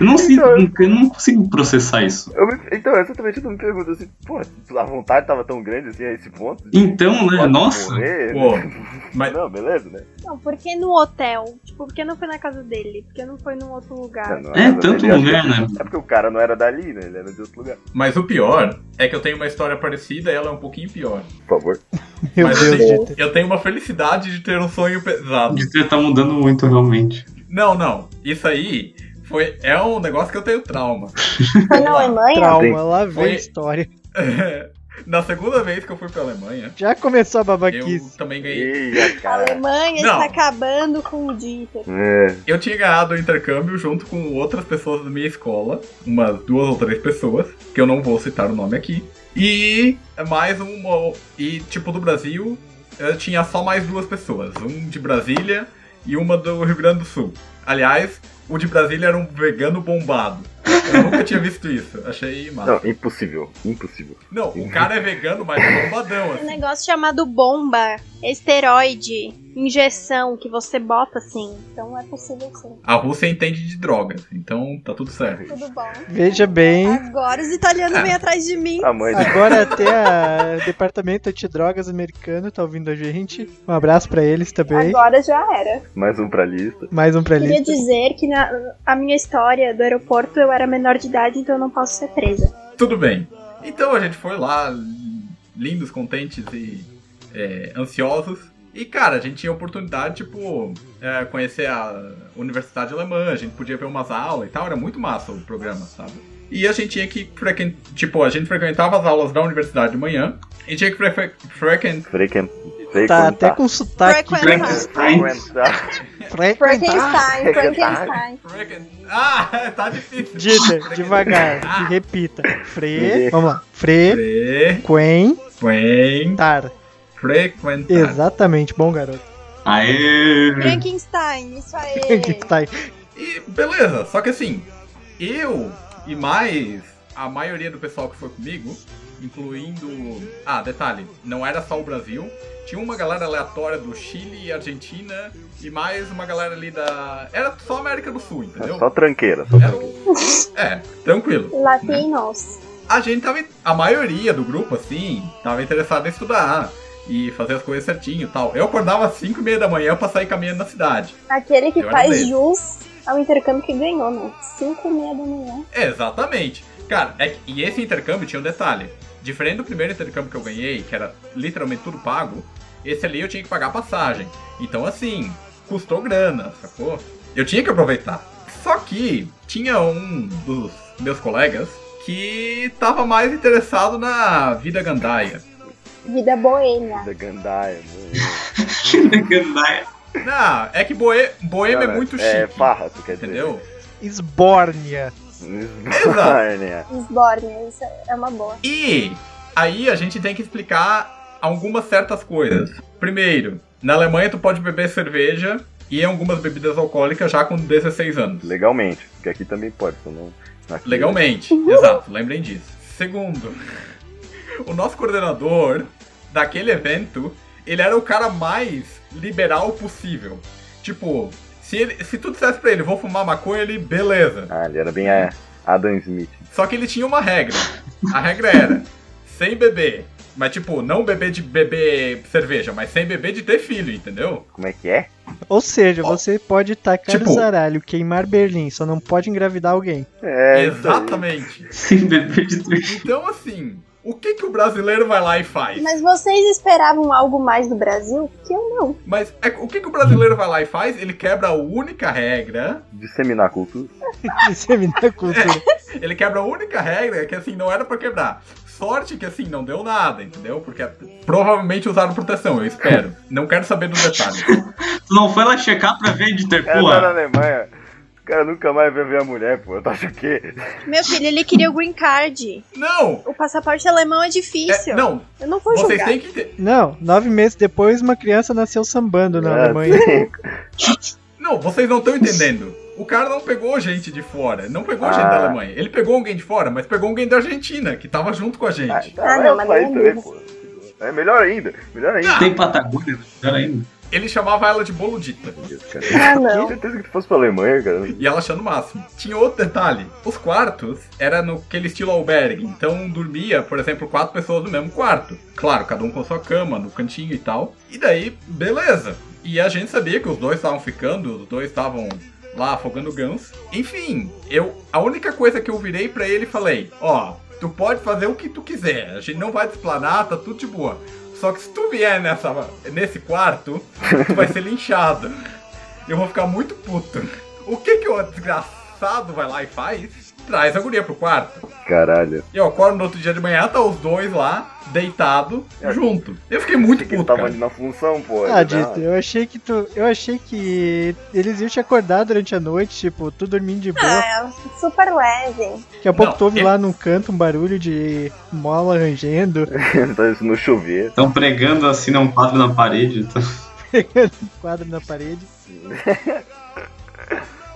Speaker 2: Eu não, sei,
Speaker 3: Então,
Speaker 2: eu não consigo processar isso.
Speaker 3: Eu me- Então, exatamente, eu me pergunto assim, pô, a vontade tava tão grande assim a esse ponto? de-
Speaker 2: Então, né,
Speaker 3: pode
Speaker 2: nossa.
Speaker 3: morrer,
Speaker 5: Pô,
Speaker 3: né?
Speaker 5: mas
Speaker 3: Não, beleza, né?
Speaker 4: Não, por que no hotel? Tipo, por que não foi na casa dele? Por que não foi num outro
Speaker 7: Ah.
Speaker 3: Não,
Speaker 4: lugar?
Speaker 3: não
Speaker 2: É,
Speaker 3: era
Speaker 2: tanto
Speaker 3: dali,
Speaker 2: lugar,
Speaker 3: acho que-
Speaker 2: né?
Speaker 3: É porque o cara não era dali, né? Ele era de outro lugar.
Speaker 5: Mas o pior é que eu tenho uma história parecida e ela é um pouquinho pior.
Speaker 3: Por favor.
Speaker 6: Meu
Speaker 5: Mas
Speaker 6: Deus,
Speaker 5: assim,
Speaker 6: Dieter.
Speaker 5: eu tenho uma felicidade de ter um sonho pesado.
Speaker 2: De ter tá mudando muito, realmente.
Speaker 5: Não, não. Isso aí foi, é um negócio que eu tenho trauma.
Speaker 7: Foi na Alemanha?
Speaker 3: tem-
Speaker 6: Trauma, lá vem
Speaker 5: Foi-
Speaker 6: a história.
Speaker 5: Na segunda vez que eu fui pra Alemanha,
Speaker 6: Já começou a
Speaker 5: eu
Speaker 6: babaquice.
Speaker 5: também ganhei.
Speaker 3: Ih,
Speaker 4: A
Speaker 3: cara.
Speaker 4: Alemanha
Speaker 5: Não.
Speaker 4: está acabando com o Dieter.
Speaker 3: É.
Speaker 5: Eu tinha ganhado o intercâmbio junto com outras pessoas da minha escola, umas duas ou três pessoas, que eu não vou citar o nome aqui. E é mais uma. E tipo do Brasil, eu tinha só mais duas pessoas. Um de Brasília e uma do Rio Grande do Sul. Aliás, o de Brasília era um vegano bombado. Eu nunca tinha visto isso. Achei
Speaker 3: Não,
Speaker 5: massa.
Speaker 3: impossível, impossível.
Speaker 5: Não, o cara é vegano, mas é bombadão,
Speaker 4: Um
Speaker 5: assim.
Speaker 4: negócio chamado bomba, esteroide, injeção que você bota assim.
Speaker 7: Então é possível sim.
Speaker 5: A Rússia entende de drogas, então tá tudo certo.
Speaker 7: Tudo bom.
Speaker 6: Veja bem,
Speaker 4: Agora os italianos vêm atrás de mim.
Speaker 3: A mãe dele.
Speaker 6: agora até a- o Departamento Antidrogas americano tá ouvindo a gente. Um abraço pra eles também.
Speaker 7: Agora já era.
Speaker 3: Mais um pra lista.
Speaker 6: Mais um pra
Speaker 4: Queria
Speaker 6: lista.
Speaker 4: dizer que na a minha história do aeroporto eu era menor de idade, então eu não posso ser presa.
Speaker 5: Tudo bem. Então a gente foi lá, lindos, contentes e é, ansiosos. E, cara, a gente tinha oportunidade, tipo, é, conhecer a universidade alemã, a gente podia ver umas aulas e tal, era muito massa o programa, sabe? E a gente tinha que frequen... tipo, a gente frequentava as aulas da universidade de manhã e tinha que frequen... frequen...
Speaker 3: Frequen... é Frequentar.
Speaker 6: Tá até com sotaque.
Speaker 4: Frequentar.
Speaker 3: Frequentar.
Speaker 6: Frequentar.
Speaker 7: Frankenstein, Frankenstein.
Speaker 5: frequen... Ah, tá difícil.
Speaker 6: Dieter, devagar. E repita. Fre.
Speaker 3: Fre-
Speaker 6: Vamos lá. Fre.
Speaker 5: Fre...
Speaker 6: Quen.
Speaker 5: Fre...
Speaker 6: Tar.
Speaker 5: Frequentar.
Speaker 6: Exatamente, bom garoto.
Speaker 2: Aê!
Speaker 4: Frankenstein, isso aí.
Speaker 7: É.
Speaker 6: Tá aí.
Speaker 5: E beleza, só que assim, eu e mais a maioria do pessoal que foi comigo, incluindo. Ah, detalhe, não era só o Brasil, tinha uma galera aleatória do Chile e Argentina, e mais uma galera ali da. Era só América do Sul, entendeu?
Speaker 3: Só tranqueira. Só...
Speaker 5: Era o... É, tranquilo
Speaker 7: Latinos.
Speaker 5: a gente tava. A maioria do grupo, assim, tava interessada em estudar e fazer as coisas certinho e tal. Eu acordava às 5 e meia da manhã pra sair caminhando na cidade.
Speaker 7: Aquele que
Speaker 5: Eu era
Speaker 7: faz
Speaker 5: mesmo.
Speaker 7: jus É um intercâmbio que ganhou, né? 5 e meia da manhã.
Speaker 5: Exatamente. Cara, é que- e esse intercâmbio tinha um detalhe. Diferente do primeiro intercâmbio que eu ganhei, que era literalmente tudo pago, esse ali eu tinha que pagar a passagem. Então, assim, custou grana, sacou? Eu tinha que aproveitar. Só que tinha um dos meus colegas que tava mais interessado na vida gandaia.
Speaker 7: Vida boêmia.
Speaker 3: Da Gandaia, mano.
Speaker 2: Gandaia.
Speaker 5: Não, é que boê, boêmio é
Speaker 3: Cara,
Speaker 5: muito chique,
Speaker 3: É farra, tu quer dizer.
Speaker 5: entendeu?
Speaker 6: Esbórnia.
Speaker 3: Esbórnia.
Speaker 7: Esbórnia, isso é uma boa.
Speaker 5: E aí a gente tem que explicar algumas certas coisas. Primeiro, na Alemanha tu pode beber cerveja e algumas bebidas alcoólicas já com 16 anos.
Speaker 3: Legalmente, porque aqui também pode, só não. aqui-
Speaker 5: Legalmente, exato, lembrem disso. Segundo, o nosso coordenador daquele evento, ele era o cara mais liberal possível. Tipo, se, ele, se tu dissesse pra ele, vou fumar maconha, ele, beleza.
Speaker 3: Ah, ele era bem a Adam Smith.
Speaker 5: Só que ele tinha uma regra. A regra era sem beber. Mas, tipo, não beber de beber cerveja, mas sem beber de ter filho, entendeu?
Speaker 3: Como é que é?
Speaker 6: Ou seja, você pode tacar
Speaker 5: Tipo-
Speaker 6: o zaralho, queimar Berlim, só não pode engravidar alguém.
Speaker 3: É. isso aí.
Speaker 5: Exatamente.
Speaker 2: Sem beber de tudo.
Speaker 5: Então, assim, o que, que o brasileiro vai lá e faz?
Speaker 7: Mas vocês esperavam algo mais do Brasil? Que eu não.
Speaker 5: Mas é, o que, que o brasileiro vai lá e faz? Ele quebra a única regra.
Speaker 3: Disseminar cultura.
Speaker 6: Disseminar a cultura.
Speaker 5: Ele quebra a única regra que, assim, não era pra quebrar. Sorte que, assim, não deu nada, entendeu? Porque é provavelmente usaram proteção, eu espero. Não quero saber dos detalhes.
Speaker 2: Tu não foi lá checar pra ver, Dieter,
Speaker 3: É, tá na
Speaker 2: porra.
Speaker 3: Alemanha. O cara nunca mais vai ver a mulher, pô. Tu acha o quê?
Speaker 4: Meu filho, ele queria o green card.
Speaker 5: Não!
Speaker 4: O passaporte alemão é
Speaker 5: É,
Speaker 4: difícil.
Speaker 5: não,
Speaker 4: Eu não vou
Speaker 5: vocês
Speaker 4: julgar.
Speaker 5: têm que entender.
Speaker 6: Não, nove meses depois uma criança nasceu sambando na
Speaker 3: Ah,
Speaker 6: Alemanha.
Speaker 3: sim.
Speaker 5: Não, vocês não estão entendendo. O cara não pegou gente de fora, não pegou gente
Speaker 3: Ah.
Speaker 5: da Alemanha. Ele pegou alguém de fora, mas pegou alguém da Argentina, que tava junto com a
Speaker 3: Ah,
Speaker 5: gente.
Speaker 3: tá,
Speaker 7: Ah,
Speaker 3: mas
Speaker 7: não,
Speaker 3: é um
Speaker 7: mas
Speaker 3: país
Speaker 7: não é
Speaker 3: também,
Speaker 7: mesmo.
Speaker 3: pô. É melhor ainda. Melhor ainda.
Speaker 2: Tem Patagônia, né? melhor ainda.
Speaker 5: Ele chamava ela de boludita.
Speaker 3: Cara,
Speaker 7: Ah,
Speaker 3: eu
Speaker 7: não.
Speaker 3: tinha certeza que tu fosse pra Alemanha, cara.
Speaker 5: E ela achando o máximo. Tinha outro detalhe. Os quartos era no aquele estilo albergue. Então dormia, por exemplo, quatro pessoas no mesmo quarto. Claro, cada um com sua cama, no cantinho e tal. E daí, beleza. E a gente sabia que os dois estavam ficando, os dois estavam lá afogando ganso. Enfim, eu a única coisa que eu virei pra ele e falei, ó, tu pode fazer o que tu quiser. A gente não vai te explanar, tá tudo de boa. Só que se tu vier nessa, nesse quarto, tu vai ser linchado. Eu vou ficar muito puto. O que que o desgraçado vai lá e faz? Traz a guria pro quarto.
Speaker 3: Caralho.
Speaker 5: E eu acordo no outro dia de manhã, tá os dois lá, deitado,
Speaker 3: É.
Speaker 5: junto. Eu fiquei muito
Speaker 3: Achei que ele
Speaker 5: puto,
Speaker 3: tava
Speaker 5: cara.
Speaker 3: ali na função, pô. é
Speaker 6: Ah,
Speaker 3: Ele
Speaker 6: Dito, eu achei que tu. Eu achei que eles iam te acordar durante a noite, tipo, tu dormindo de boa.
Speaker 7: Ah, super leve.
Speaker 6: Daqui a pouco
Speaker 5: não, é.
Speaker 6: tu ouve
Speaker 5: eu-
Speaker 6: lá num canto um barulho de mola rangendo,
Speaker 3: tá isso no chuveiro.
Speaker 2: Estão pregando assim num quadro na parede. Tá?
Speaker 6: pegando um quadro na parede.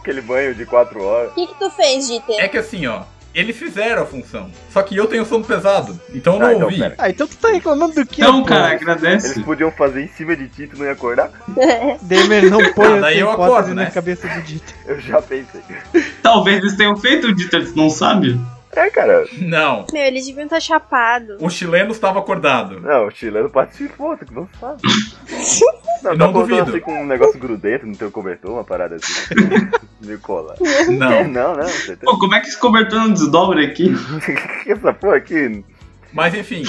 Speaker 3: Aquele banho de quatro horas.
Speaker 7: O que, que tu fez, Dieter?
Speaker 5: É que assim, ó, eles fizeram a função. Só que eu tenho sono pesado, então eu não
Speaker 3: Ah, então,
Speaker 5: ouvi.
Speaker 3: pera.
Speaker 6: Ah, então tu tá reclamando do que?
Speaker 2: Então, cara, agradece.
Speaker 3: Eles podiam fazer em cima de ti, tu não ia acordar?
Speaker 6: Demer não põe
Speaker 5: Ah, daí
Speaker 6: essa
Speaker 5: eu
Speaker 6: hipótese
Speaker 5: acordo,
Speaker 6: na
Speaker 5: né?
Speaker 6: cabeça do Dito.
Speaker 3: Eu já pensei.
Speaker 2: Talvez eles tenham feito o Dieter, tu não sabe?
Speaker 3: É, cara.
Speaker 5: Não,
Speaker 4: Meu, eles deviam tá estar chapados.
Speaker 5: o chileno estava acordado.
Speaker 3: Não, o é chileno participou, tu que não sabe. Não, tá
Speaker 5: Não
Speaker 3: contando
Speaker 5: duvido.
Speaker 3: assim com um negócio grudento no teu cobertor, uma parada assim. Nicola. É,
Speaker 5: Não.
Speaker 3: não, não. Você tem...
Speaker 2: Pô, como é que esse cobertor não desdobra aqui?
Speaker 3: que essa porra aqui?
Speaker 5: Mas enfim,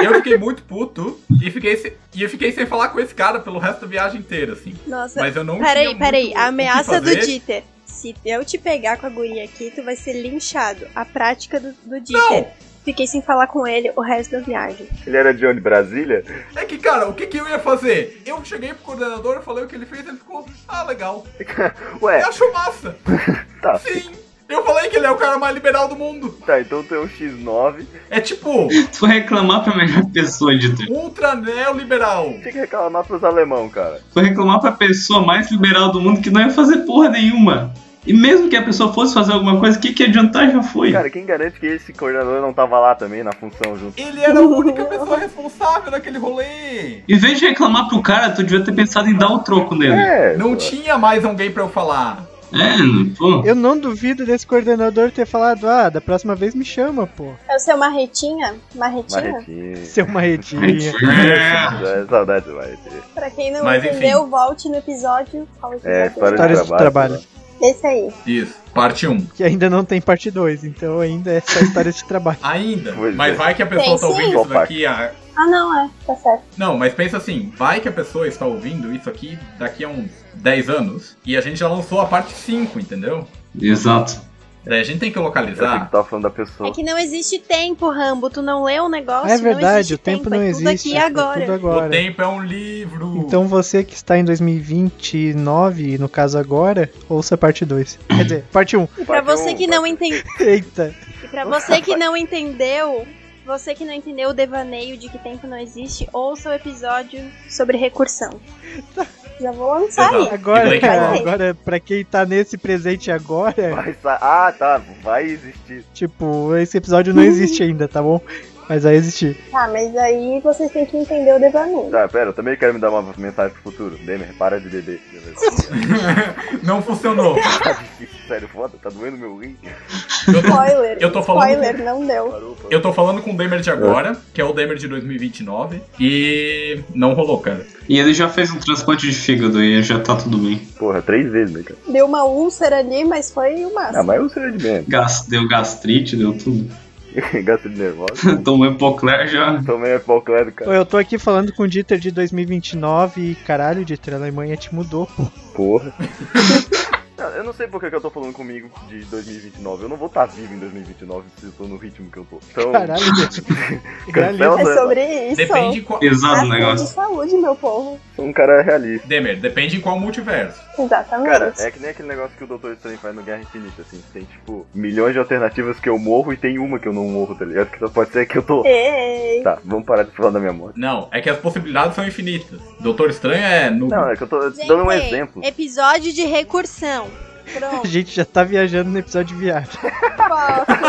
Speaker 5: eu fiquei muito puto e fiquei, se- e eu fiquei sem falar com esse cara pelo resto da viagem inteira, assim.
Speaker 4: Nossa,
Speaker 5: Mas eu não tinha
Speaker 4: peraí,
Speaker 5: muito
Speaker 4: peraí.
Speaker 5: o que
Speaker 4: A ameaça é do
Speaker 5: fazer.
Speaker 4: Dieter. Se eu te pegar com a guria aqui, tu vai ser linchado. A prática do, do Dieter.
Speaker 5: Não!
Speaker 4: Fiquei sem falar com ele o resto da viagem.
Speaker 3: Ele era de onde? Brasília?
Speaker 5: É que, cara, o que, que eu ia fazer? Eu cheguei pro coordenador, eu falei o que ele fez, ele ficou, ah, legal.
Speaker 3: Ué,
Speaker 5: Eu acho massa.
Speaker 3: É. tá.
Speaker 5: Sim. Eu falei que ele é o cara mais liberal do mundo.
Speaker 3: Tá, então tu é um X9.
Speaker 5: É tipo,
Speaker 2: Tu vai reclamar pra melhor pessoa, Dieter.
Speaker 5: ultra neoliberal.
Speaker 3: Tinha que reclamar pros alemão, cara.
Speaker 2: Tu vai reclamar pra pessoa mais liberal do mundo que não ia fazer porra nenhuma. E mesmo que a pessoa fosse fazer alguma coisa, o que, que ia adiantar já foi.
Speaker 3: Cara, quem garante que esse coordenador não tava lá também na função junto?
Speaker 5: Ele era a única pessoa responsável daquele rolê.
Speaker 2: Em vez de reclamar pro cara, tu devia ter pensado em dar o troco nele.
Speaker 3: É,
Speaker 5: Não
Speaker 3: pô.
Speaker 5: tinha mais alguém pra eu falar.
Speaker 2: É, pô.
Speaker 6: Eu não duvido desse coordenador ter falado, ah, da próxima vez me chama, pô.
Speaker 7: É o seu marretinha? Marretinha?
Speaker 3: Marretinho.
Speaker 6: Seu marretinha.
Speaker 2: É.
Speaker 3: É, saudade do Marretinho.
Speaker 7: Pra quem não
Speaker 5: Mas,
Speaker 7: entendeu, volte no episódio. Fala o
Speaker 3: É,
Speaker 7: episódio.
Speaker 3: história
Speaker 6: Histórias
Speaker 3: de
Speaker 6: de
Speaker 3: trabalho.
Speaker 6: trabalho.
Speaker 3: né?
Speaker 7: Esse aí.
Speaker 5: Isso, parte 1.
Speaker 6: Que ainda não tem parte 2, então ainda é só história de trabalho.
Speaker 5: Ainda,
Speaker 3: Pois
Speaker 5: mas
Speaker 3: é.
Speaker 5: vai que a pessoa
Speaker 7: Tem
Speaker 5: tá
Speaker 7: sim.
Speaker 5: ouvindo isso
Speaker 3: Opa.
Speaker 5: daqui a...
Speaker 7: Ah, não, é. Tá certo.
Speaker 5: Não, mas pensa assim, vai que a pessoa está ouvindo isso aqui daqui a uns 10 anos e a gente já lançou a parte 5, entendeu?
Speaker 2: Exato.
Speaker 5: Daí É, a gente tem que
Speaker 3: Eu achei
Speaker 5: localizar.
Speaker 3: que tava falando da pessoa.
Speaker 4: É que não existe tempo, Rambo. Tu não lê o negócio,
Speaker 6: é
Speaker 4: não
Speaker 6: verdade,
Speaker 4: existe
Speaker 6: o tempo não
Speaker 4: é tudo
Speaker 6: existe.
Speaker 4: aqui e
Speaker 6: é
Speaker 4: agora.
Speaker 6: Tudo
Speaker 5: O
Speaker 6: agora.
Speaker 5: tempo é um livro.
Speaker 6: Então você que está em 2029, no caso agora, ouça parte 2. Quer dizer, parte 1.
Speaker 4: E pra
Speaker 3: Vai ter
Speaker 4: você
Speaker 3: um-
Speaker 4: que
Speaker 3: vai
Speaker 4: não
Speaker 3: ter-
Speaker 4: entende,
Speaker 6: Eita.
Speaker 4: e para você que não entendeu, você que não entendeu o devaneio de que tempo não existe, ouça o episódio sobre recursão.
Speaker 6: Tá.
Speaker 7: Já vou lançar
Speaker 5: Exato.
Speaker 7: aí.
Speaker 6: Agora,
Speaker 5: Blake
Speaker 6: cara,
Speaker 7: Livre.
Speaker 6: agora, pra quem tá nesse presente agora,
Speaker 3: Vai sa- Ah, tá. Vai existir.
Speaker 6: tipo, esse episódio não existe ainda, tá bom? Mas vai existir.
Speaker 7: Tá, mas aí vocês têm que entender o devaneio.
Speaker 3: Tá, pera, eu também quero me dar uma mensagem pro futuro. Demer, para de beber.
Speaker 5: Não funcionou.
Speaker 3: Tá difícil, sério, foda. Tá doendo meu rim.
Speaker 5: Eu tô,
Speaker 7: Spoiler.
Speaker 5: eu tô falando-
Speaker 7: Spoiler, não deu.
Speaker 3: Parou, parou.
Speaker 5: eu tô falando com o Demer de agora, que é o Demer de 2029, e não rolou, cara.
Speaker 2: E ele já fez um transplante de fígado e já tá tudo bem.
Speaker 3: Porra, três vezes, né, cara?
Speaker 7: Deu uma úlcera ali, mas foi o
Speaker 3: Ah,
Speaker 7: máximo.
Speaker 3: mas eu sei de mesmo.
Speaker 2: Gas- deu gastrite, deu tudo.
Speaker 3: Gasto de nervoso.
Speaker 2: Tomou Epocler já.
Speaker 3: Tomei Epocler,
Speaker 6: Pô,
Speaker 3: cara.
Speaker 6: Eu tô aqui falando com o Dieter de 2029 e caralho, Dieter, a Alemanha te mudou. pô.
Speaker 3: Porra. Não, Eu não sei porque que eu tô falando comigo de 2029. Eu não vou estar vivo em 2029 se eu tô no ritmo que eu tô. Então,
Speaker 6: Caralho, Dieter.
Speaker 3: Cancela.
Speaker 7: É sobre isso.
Speaker 5: Depende de qual.
Speaker 2: Pesado o
Speaker 7: Assunto de
Speaker 2: negócio.
Speaker 7: saúde, meu povo.
Speaker 3: sou um cara realista.
Speaker 5: Demer, depende em qual multiverso.
Speaker 7: Exatamente.
Speaker 3: Cara, é que nem aquele negócio que o Doutor Estranho faz no Guerra Infinita, assim. Tem, tipo, milhões de alternativas que eu morro e tem uma que eu não morro, tá ligado? Que só pode ser que eu
Speaker 7: É.
Speaker 3: tô...
Speaker 7: Ei,
Speaker 3: é Tá, vamos parar de falar da minha morte.
Speaker 5: Não, é que as possibilidades são infinitas. Doutor Estranho é no.
Speaker 3: Não, é que eu tô dando um exemplo.
Speaker 7: É
Speaker 4: episódio de recursão.
Speaker 6: A
Speaker 7: pronto.
Speaker 6: gente já tá viajando no episódio de viagem.
Speaker 7: Bota.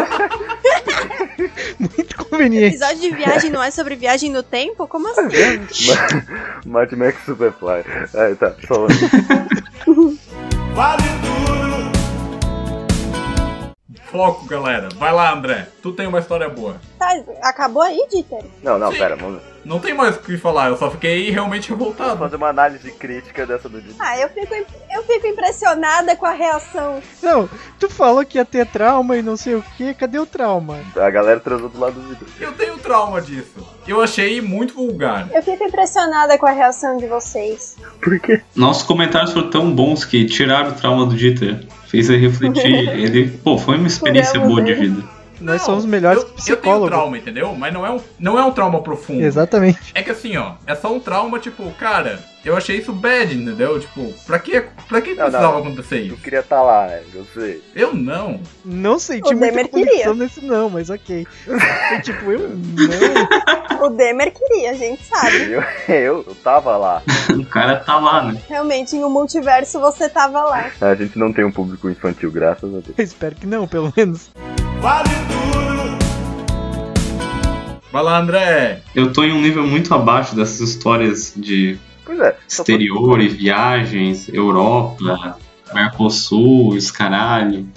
Speaker 6: Muito conveniente.
Speaker 4: Episódio de viagem não é sobre viagem no tempo? Como assim?
Speaker 3: Marty Max Superfly. Aí, tá, só...
Speaker 1: Vale tudo.
Speaker 5: Foco, galera. Vai lá, André. Tu tem uma história boa.
Speaker 7: Tá, acabou aí, Dieter?
Speaker 3: Não, não,
Speaker 5: Sim.
Speaker 3: pera, vamos
Speaker 5: Não tem mais o que falar, eu só fiquei realmente
Speaker 3: vamos
Speaker 5: revoltado.
Speaker 3: fazer uma análise crítica dessa do Didi.
Speaker 7: Ah, eu fico, eu fico impressionada com a reação.
Speaker 6: Não, tu falou que ia ter trauma e não sei o que, cadê o trauma?
Speaker 3: A galera transou do lado do Vitor.
Speaker 5: Eu tenho trauma disso. Eu achei muito vulgar.
Speaker 7: Eu fico impressionada com a reação de vocês.
Speaker 3: Por quê?
Speaker 2: Nossos comentários foram tão bons que tiraram o trauma do Dieter. Fez ele refletir. Ele, pô, foi uma experiência
Speaker 7: Fudemos
Speaker 2: boa de
Speaker 7: ele.
Speaker 2: vida.
Speaker 6: Nós
Speaker 5: Não,
Speaker 6: somos melhores
Speaker 5: eu,
Speaker 6: que
Speaker 5: eu tenho
Speaker 6: psicólogos.
Speaker 5: trauma, entendeu? Mas não é um, não é um trauma profundo.
Speaker 6: Exatamente.
Speaker 5: É que assim, ó, é só um trauma, tipo, cara, eu achei isso bad, entendeu? Tipo, pra que, pra que
Speaker 3: Não,
Speaker 5: precisava
Speaker 3: não.
Speaker 5: acontecer
Speaker 3: Tu
Speaker 5: isso?
Speaker 3: queria estar lá, né? Eu sei.
Speaker 5: Eu não.
Speaker 6: Não senti
Speaker 7: O
Speaker 6: muita
Speaker 7: Demer
Speaker 6: convicção nesse não, mas ok. Foi tipo, eu não.
Speaker 7: O Demer queria, a gente sabe.
Speaker 3: Eu, eu, eu tava lá.
Speaker 2: O cara tá lá, né?
Speaker 7: Realmente, em um multiverso você tava lá.
Speaker 3: A gente não tem um público infantil, graças a Deus.
Speaker 6: Eu espero que não, pelo menos.
Speaker 1: Vale tudo.
Speaker 5: Vai lá, André.
Speaker 2: Eu tô em um nível muito abaixo dessas histórias de
Speaker 3: Pois é. só tô-
Speaker 2: exterior e viagens, Europa, Mercosul, os caralho.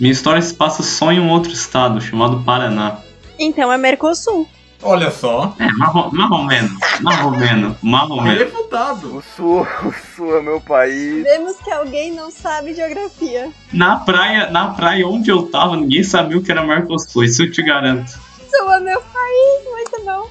Speaker 2: Minha história se passa só em um outro estado, chamado Paraná.
Speaker 4: Então é Mercosul.
Speaker 5: Olha só.
Speaker 2: É, marro- marromeno, marromeno,
Speaker 5: Tá
Speaker 2: marromeno.
Speaker 5: Revoltado.
Speaker 3: O sul, o sul é meu país.
Speaker 7: Vemos que alguém não sabe geografia.
Speaker 2: Na praia, na praia onde eu tava, ninguém sabia o que era Mercosul, isso eu te garanto.
Speaker 7: Sua meu país, muito bom.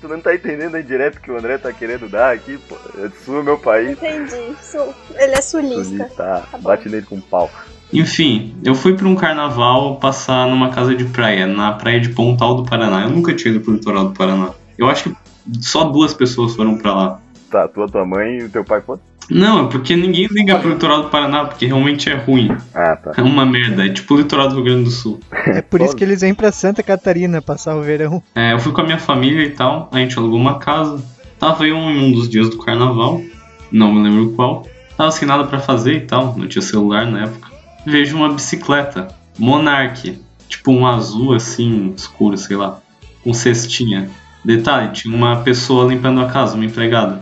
Speaker 3: Tu não tá entendendo aí direto que o André tá querendo dar aqui, pô. É do sul é meu país.
Speaker 7: Entendi. Sul- Ele é sulista.
Speaker 3: Solista.
Speaker 7: Tá bom.
Speaker 3: Bate nele com um pau.
Speaker 2: Enfim, eu fui pra um carnaval passar numa casa de praia, na praia de Pontal do Paraná. Eu nunca tinha ido pro litoral do Paraná. Eu acho que só duas pessoas foram pra lá.
Speaker 3: Tá, tua, tua mãe e teu pai, pô.
Speaker 2: Não, é porque ninguém liga pro litoral do Paraná, porque realmente é ruim.
Speaker 3: Ah, tá.
Speaker 2: É uma merda. É tipo o litoral do Rio Grande do Sul.
Speaker 6: É por isso
Speaker 3: Foda.
Speaker 6: que eles vêm pra Santa Catarina passar o verão.
Speaker 2: É, eu fui com a minha família e tal, a gente alugou uma casa. Tava eu em um dos dias do carnaval, não me lembro qual. Tava sem nada pra fazer e tal, não tinha celular na época. Vejo uma bicicleta, Monarch, tipo um azul assim, escuro, sei lá, com cestinha. Detalhe, tinha uma pessoa limpando a casa, uma empregada.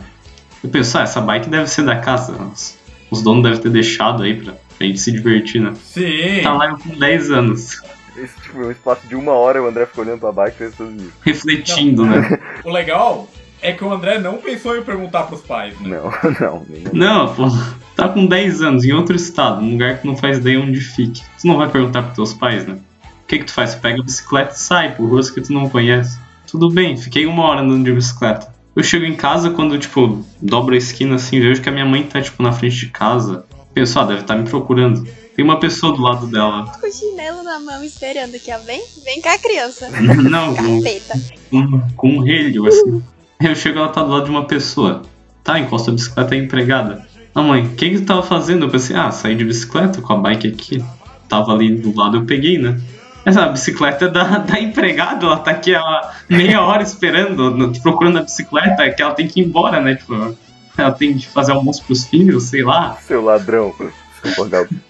Speaker 2: Eu penso, ah, essa bike deve ser da casa, os- os donos devem ter deixado aí pra, pra gente se divertir, né?
Speaker 5: Sim.
Speaker 2: Tá lá eu com 10 anos,
Speaker 3: Esse, tipo, um espaço de uma hora o André ficou olhando pra baixo pensando nisso.
Speaker 2: refletindo, né?
Speaker 5: O legal é que o André não pensou em perguntar pros pais, né?
Speaker 3: Não, não, nem.
Speaker 2: Não, pô. tá com 10 anos, em outro estado, num lugar que não faz ideia onde fique. Tu não vai perguntar pros teus pais, né? O que que tu faz? Tu pega a bicicleta e sai por ruas que tu não conhece. Tudo bem, fiquei uma hora andando de bicicleta. Eu chego em casa quando, tipo, dobro a esquina assim, vejo que a minha mãe tá, tipo, na frente de casa. Penso, ah, deve estar me procurando. Tem uma pessoa do lado dela.
Speaker 4: Com o chinelo na mão esperando que ela vem. Vem cá, criança.
Speaker 6: Uhum.
Speaker 2: Não, não.
Speaker 4: Caceta.
Speaker 2: com, com um relho, assim. Eu chego, ela tá do lado de uma pessoa. Tá, encosta a bicicleta é empregada. Ah, mãe, o que que tu tava fazendo? Eu pensei, ah, saí de bicicleta com a bike aqui. Tava ali do lado, eu peguei, né? Essa bicicleta é da, da empregada, ela tá aqui há meia hora esperando, no- procurando a bicicleta, é que ela tem que ir embora, né? Tipo, ela tem que fazer almoço pros filhos, sei lá.
Speaker 3: Seu ladrão. Seu vagabundo.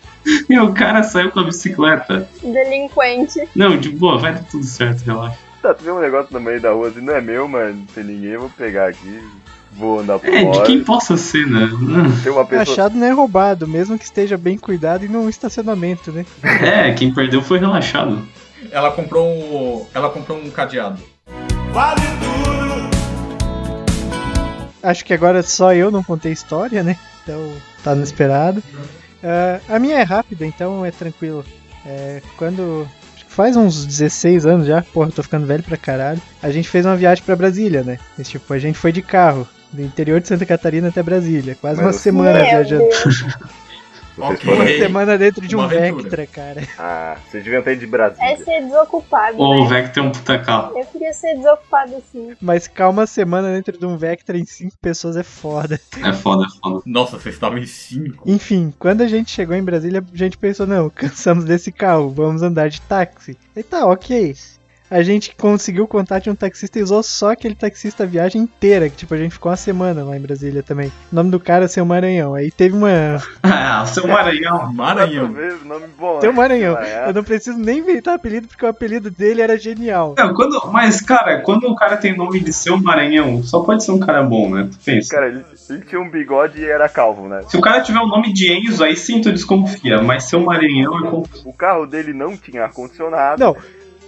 Speaker 2: E o cara saiu com a bicicleta.
Speaker 4: Delinquente.
Speaker 2: Não, de boa, vai dar tudo certo, relaxa.
Speaker 3: Tá, tu vê um negócio no meio da rua assim, não é meu, mano, não tem ninguém, eu vou pegar aqui, vou andar por
Speaker 2: É, de
Speaker 3: fora.
Speaker 2: quem possa ser, né?
Speaker 3: Tem uma pessoa.
Speaker 6: Achado não é roubado, mesmo que esteja bem cuidado e num estacionamento, né?
Speaker 2: É, quem perdeu foi relaxado.
Speaker 5: Ela comprou um. Ela comprou um cadeado.
Speaker 1: Vale tudo.
Speaker 6: Acho que agora só eu não contei história, né? Então tá no esperado. Ah, a minha é rápida, então é tranquilo. É, quando. acho que Faz uns 16 anos já, porra, eu tô ficando velho pra caralho. A gente fez uma viagem pra Brasília, né? E, tipo, a gente foi de carro, do interior de Santa Catarina até Brasília. Quase
Speaker 3: Mas
Speaker 6: uma
Speaker 3: você-
Speaker 6: semana
Speaker 4: Meu
Speaker 6: viajando.
Speaker 3: Vocês
Speaker 5: Ok.
Speaker 3: foram...
Speaker 6: Uma semana dentro de
Speaker 5: Uma
Speaker 6: um
Speaker 5: aventura.
Speaker 6: Vectra, cara.
Speaker 3: Ah, vocês deviam ter ido de Brasília.
Speaker 7: É ser desocupado,
Speaker 6: Uhum.
Speaker 2: Ou o
Speaker 7: né?
Speaker 2: Vector é um puta carro.
Speaker 7: Eu queria ser desocupado assim.
Speaker 6: Mas calma, uma semana dentro de um Vectra em 5 pessoas é foda.
Speaker 2: É foda, é foda.
Speaker 5: Nossa, vocês estavam em cinco.
Speaker 6: Enfim, quando a gente chegou em Brasília, a gente pensou, não, cansamos desse carro, vamos andar de táxi. E tá, ok. A gente conseguiu o contato de um taxista e usou só aquele taxista a viagem inteira, que tipo, a gente ficou uma semana lá em Brasília também. O nome do cara é Seu Maranhão. Aí teve uma.
Speaker 2: Ah, seu Maranhão.
Speaker 3: Quatro
Speaker 5: Maranhão.
Speaker 3: vezes, nome bom.
Speaker 6: Seu
Speaker 3: né?
Speaker 6: Maranhão.
Speaker 3: Sei lá, é.
Speaker 6: Eu não preciso nem inventar apelido, porque o apelido dele era genial.
Speaker 2: Não, quando, mas, cara, quando o cara tem nome de seu Maranhão, só pode ser um cara bom, né? Tu pensa.
Speaker 3: Cara, ele, ele tinha um bigode e era calvo, né?
Speaker 2: Se o cara tiver o nome de Enzo, aí sim tu desconfia. Mas seu Maranhão é confuso.
Speaker 3: O carro dele não tinha ar-condicionado.
Speaker 6: Não,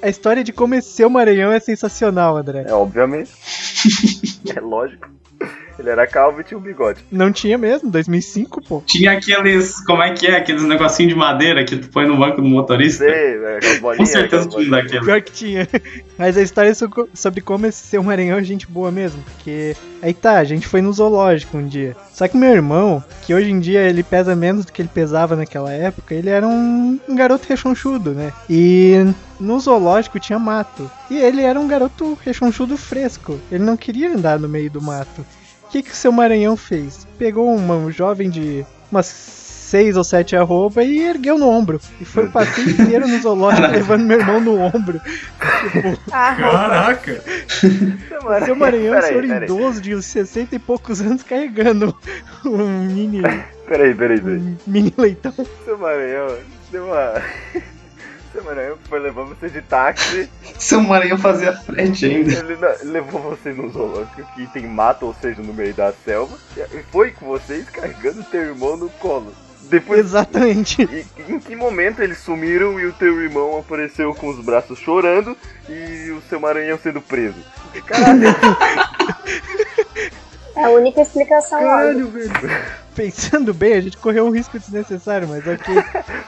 Speaker 6: a história de como é Seu Maranhão é sensacional, André.
Speaker 3: É, obviamente. é lógico. Ele era calvo e tinha um bigode.
Speaker 6: Não tinha mesmo, 2005, pô.
Speaker 2: Tinha aqueles, como é que é, aqueles negocinho de madeira que tu põe no banco do motorista.
Speaker 3: Sei, né, aquelas
Speaker 2: Com
Speaker 3: bolinhas.
Speaker 2: certeza
Speaker 3: aquelas
Speaker 2: tinha um
Speaker 3: bolinhas.
Speaker 2: daquele.
Speaker 6: Pior que tinha. Mas a história é so- sobre como esse seu Maranhão é gente boa mesmo. Porque aí tá, a gente foi no zoológico um dia. Só que meu irmão, que hoje em dia ele pesa menos do que ele pesava naquela época, ele era um, um garoto rechonchudo, né? E no zoológico tinha mato. E ele era um garoto rechonchudo fresco. Ele não queria andar no meio do mato. O que, que o seu Maranhão fez? Pegou uma, um jovem de umas seis ou sete arroba e ergueu no ombro. E foi o passeio inteiro no zoológico levando meu irmão no ombro.
Speaker 4: Ah,
Speaker 5: Caraca!
Speaker 3: Seu
Speaker 6: Seu Maranhão,
Speaker 3: peraí,
Speaker 6: senhor
Speaker 3: peraí.
Speaker 6: idoso de uns 60 e poucos anos carregando um mini,
Speaker 3: Peraí, peraí, peraí.
Speaker 6: um mini leitão.
Speaker 3: Seu Maranhão, deu uma. Seu Maranhão foi levar você de táxi.
Speaker 2: Seu Maranhão fazia frente ainda.
Speaker 3: Ele na- levou você no zoológico que tem mato, ou seja, no meio da selva. E foi com vocês carregando teu irmão no colo. Depois.
Speaker 6: Exatamente.
Speaker 3: E, em que momento eles sumiram e o teu irmão apareceu com os braços chorando e o seu Maranhão sendo preso? Caralho,
Speaker 7: É a única explicação óbvia.
Speaker 6: Caralho, velho. Pensando bem, a gente correu um risco desnecessário, mas ok.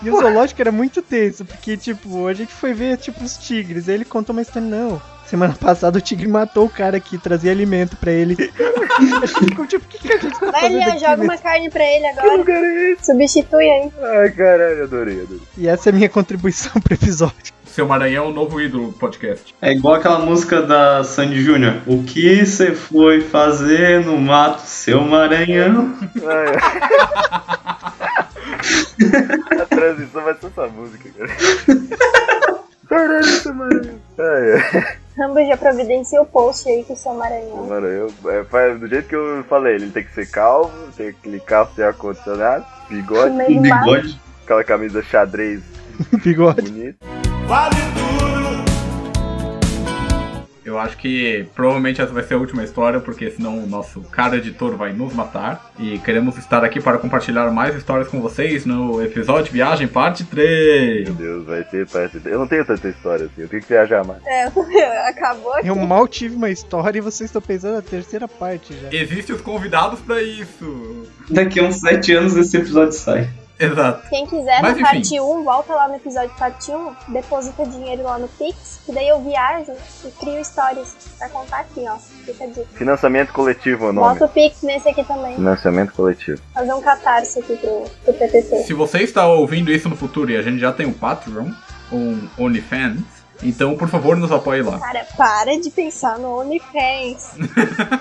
Speaker 6: E o zoológico era muito tenso, porque, tipo, a gente foi ver, tipo, os tigres. Aí ele contou uma história, não. Semana passada o tigre matou o cara que trazia alimento pra ele. a gente ficou tipo, o que, que a gente tá
Speaker 7: Vai
Speaker 6: fazendo
Speaker 7: ali, ó,
Speaker 6: aqui?
Speaker 7: joga
Speaker 6: né?"
Speaker 7: uma carne pra ele
Speaker 3: que
Speaker 7: agora.
Speaker 3: lugar é esse?
Speaker 7: Substitui aí.
Speaker 3: Ai, caralho, adorei, adorei.
Speaker 6: E essa é a minha contribuição pro episódio.
Speaker 5: Seu Maranhão é o novo ídolo do podcast.
Speaker 2: É igual aquela música da Sandy Júnior. O que você foi fazer no mato, seu Maranhão? Um
Speaker 3: Ai, ai. A transição vai ser essa música, cara. Caralho, seu Maranhão. Ai, ai.
Speaker 7: Rambo já providencia o post aí com o seu Maranhão.
Speaker 3: Mano, eu, é, faz do jeito que eu falei, ele tem que ser calvo, tem que clicar sem ar-condicionado,
Speaker 7: No
Speaker 3: bigode,
Speaker 7: meio
Speaker 2: Um
Speaker 7: do mato.
Speaker 2: bigode.
Speaker 3: aquela camisa xadrez
Speaker 6: Bigode.
Speaker 3: bonita.
Speaker 1: Vale tudo.
Speaker 5: Eu Eu acho que provavelmente essa vai ser a última história, porque senão o nosso cara editor vai nos matar. E queremos estar aqui para compartilhar mais histórias com vocês no episódio Viagem Parte 3.
Speaker 3: Meu Deus, vai ser parte. Eu não tenho tanta história assim, eu tenho que viajar mais.
Speaker 7: É, acabou aqui.
Speaker 6: Eu mal tive uma história e vocês estão pensando na terceira parte já.
Speaker 5: Existem os convidados para isso.
Speaker 2: Daqui a uns sete anos esse episódio sai.
Speaker 5: Exato.
Speaker 7: Quem quiser,
Speaker 5: Mas,
Speaker 7: na
Speaker 5: enfim.
Speaker 7: parte 1, volta lá no episódio parte 1, deposita dinheiro lá no Pix, que daí eu viajo e crio histórias pra contar aqui, ó. Fica a dica.
Speaker 3: Financiamento coletivo é o nome.
Speaker 7: Bota o Pix nesse aqui também.
Speaker 3: Financiamento coletivo.
Speaker 7: Fazer um catarse aqui pro, pro PTT.
Speaker 5: Se você está ouvindo isso no futuro e a gente já tem um Patreon, um OnlyFans, então por favor nos apoie lá.
Speaker 7: Cara, para de pensar no OnlyFans.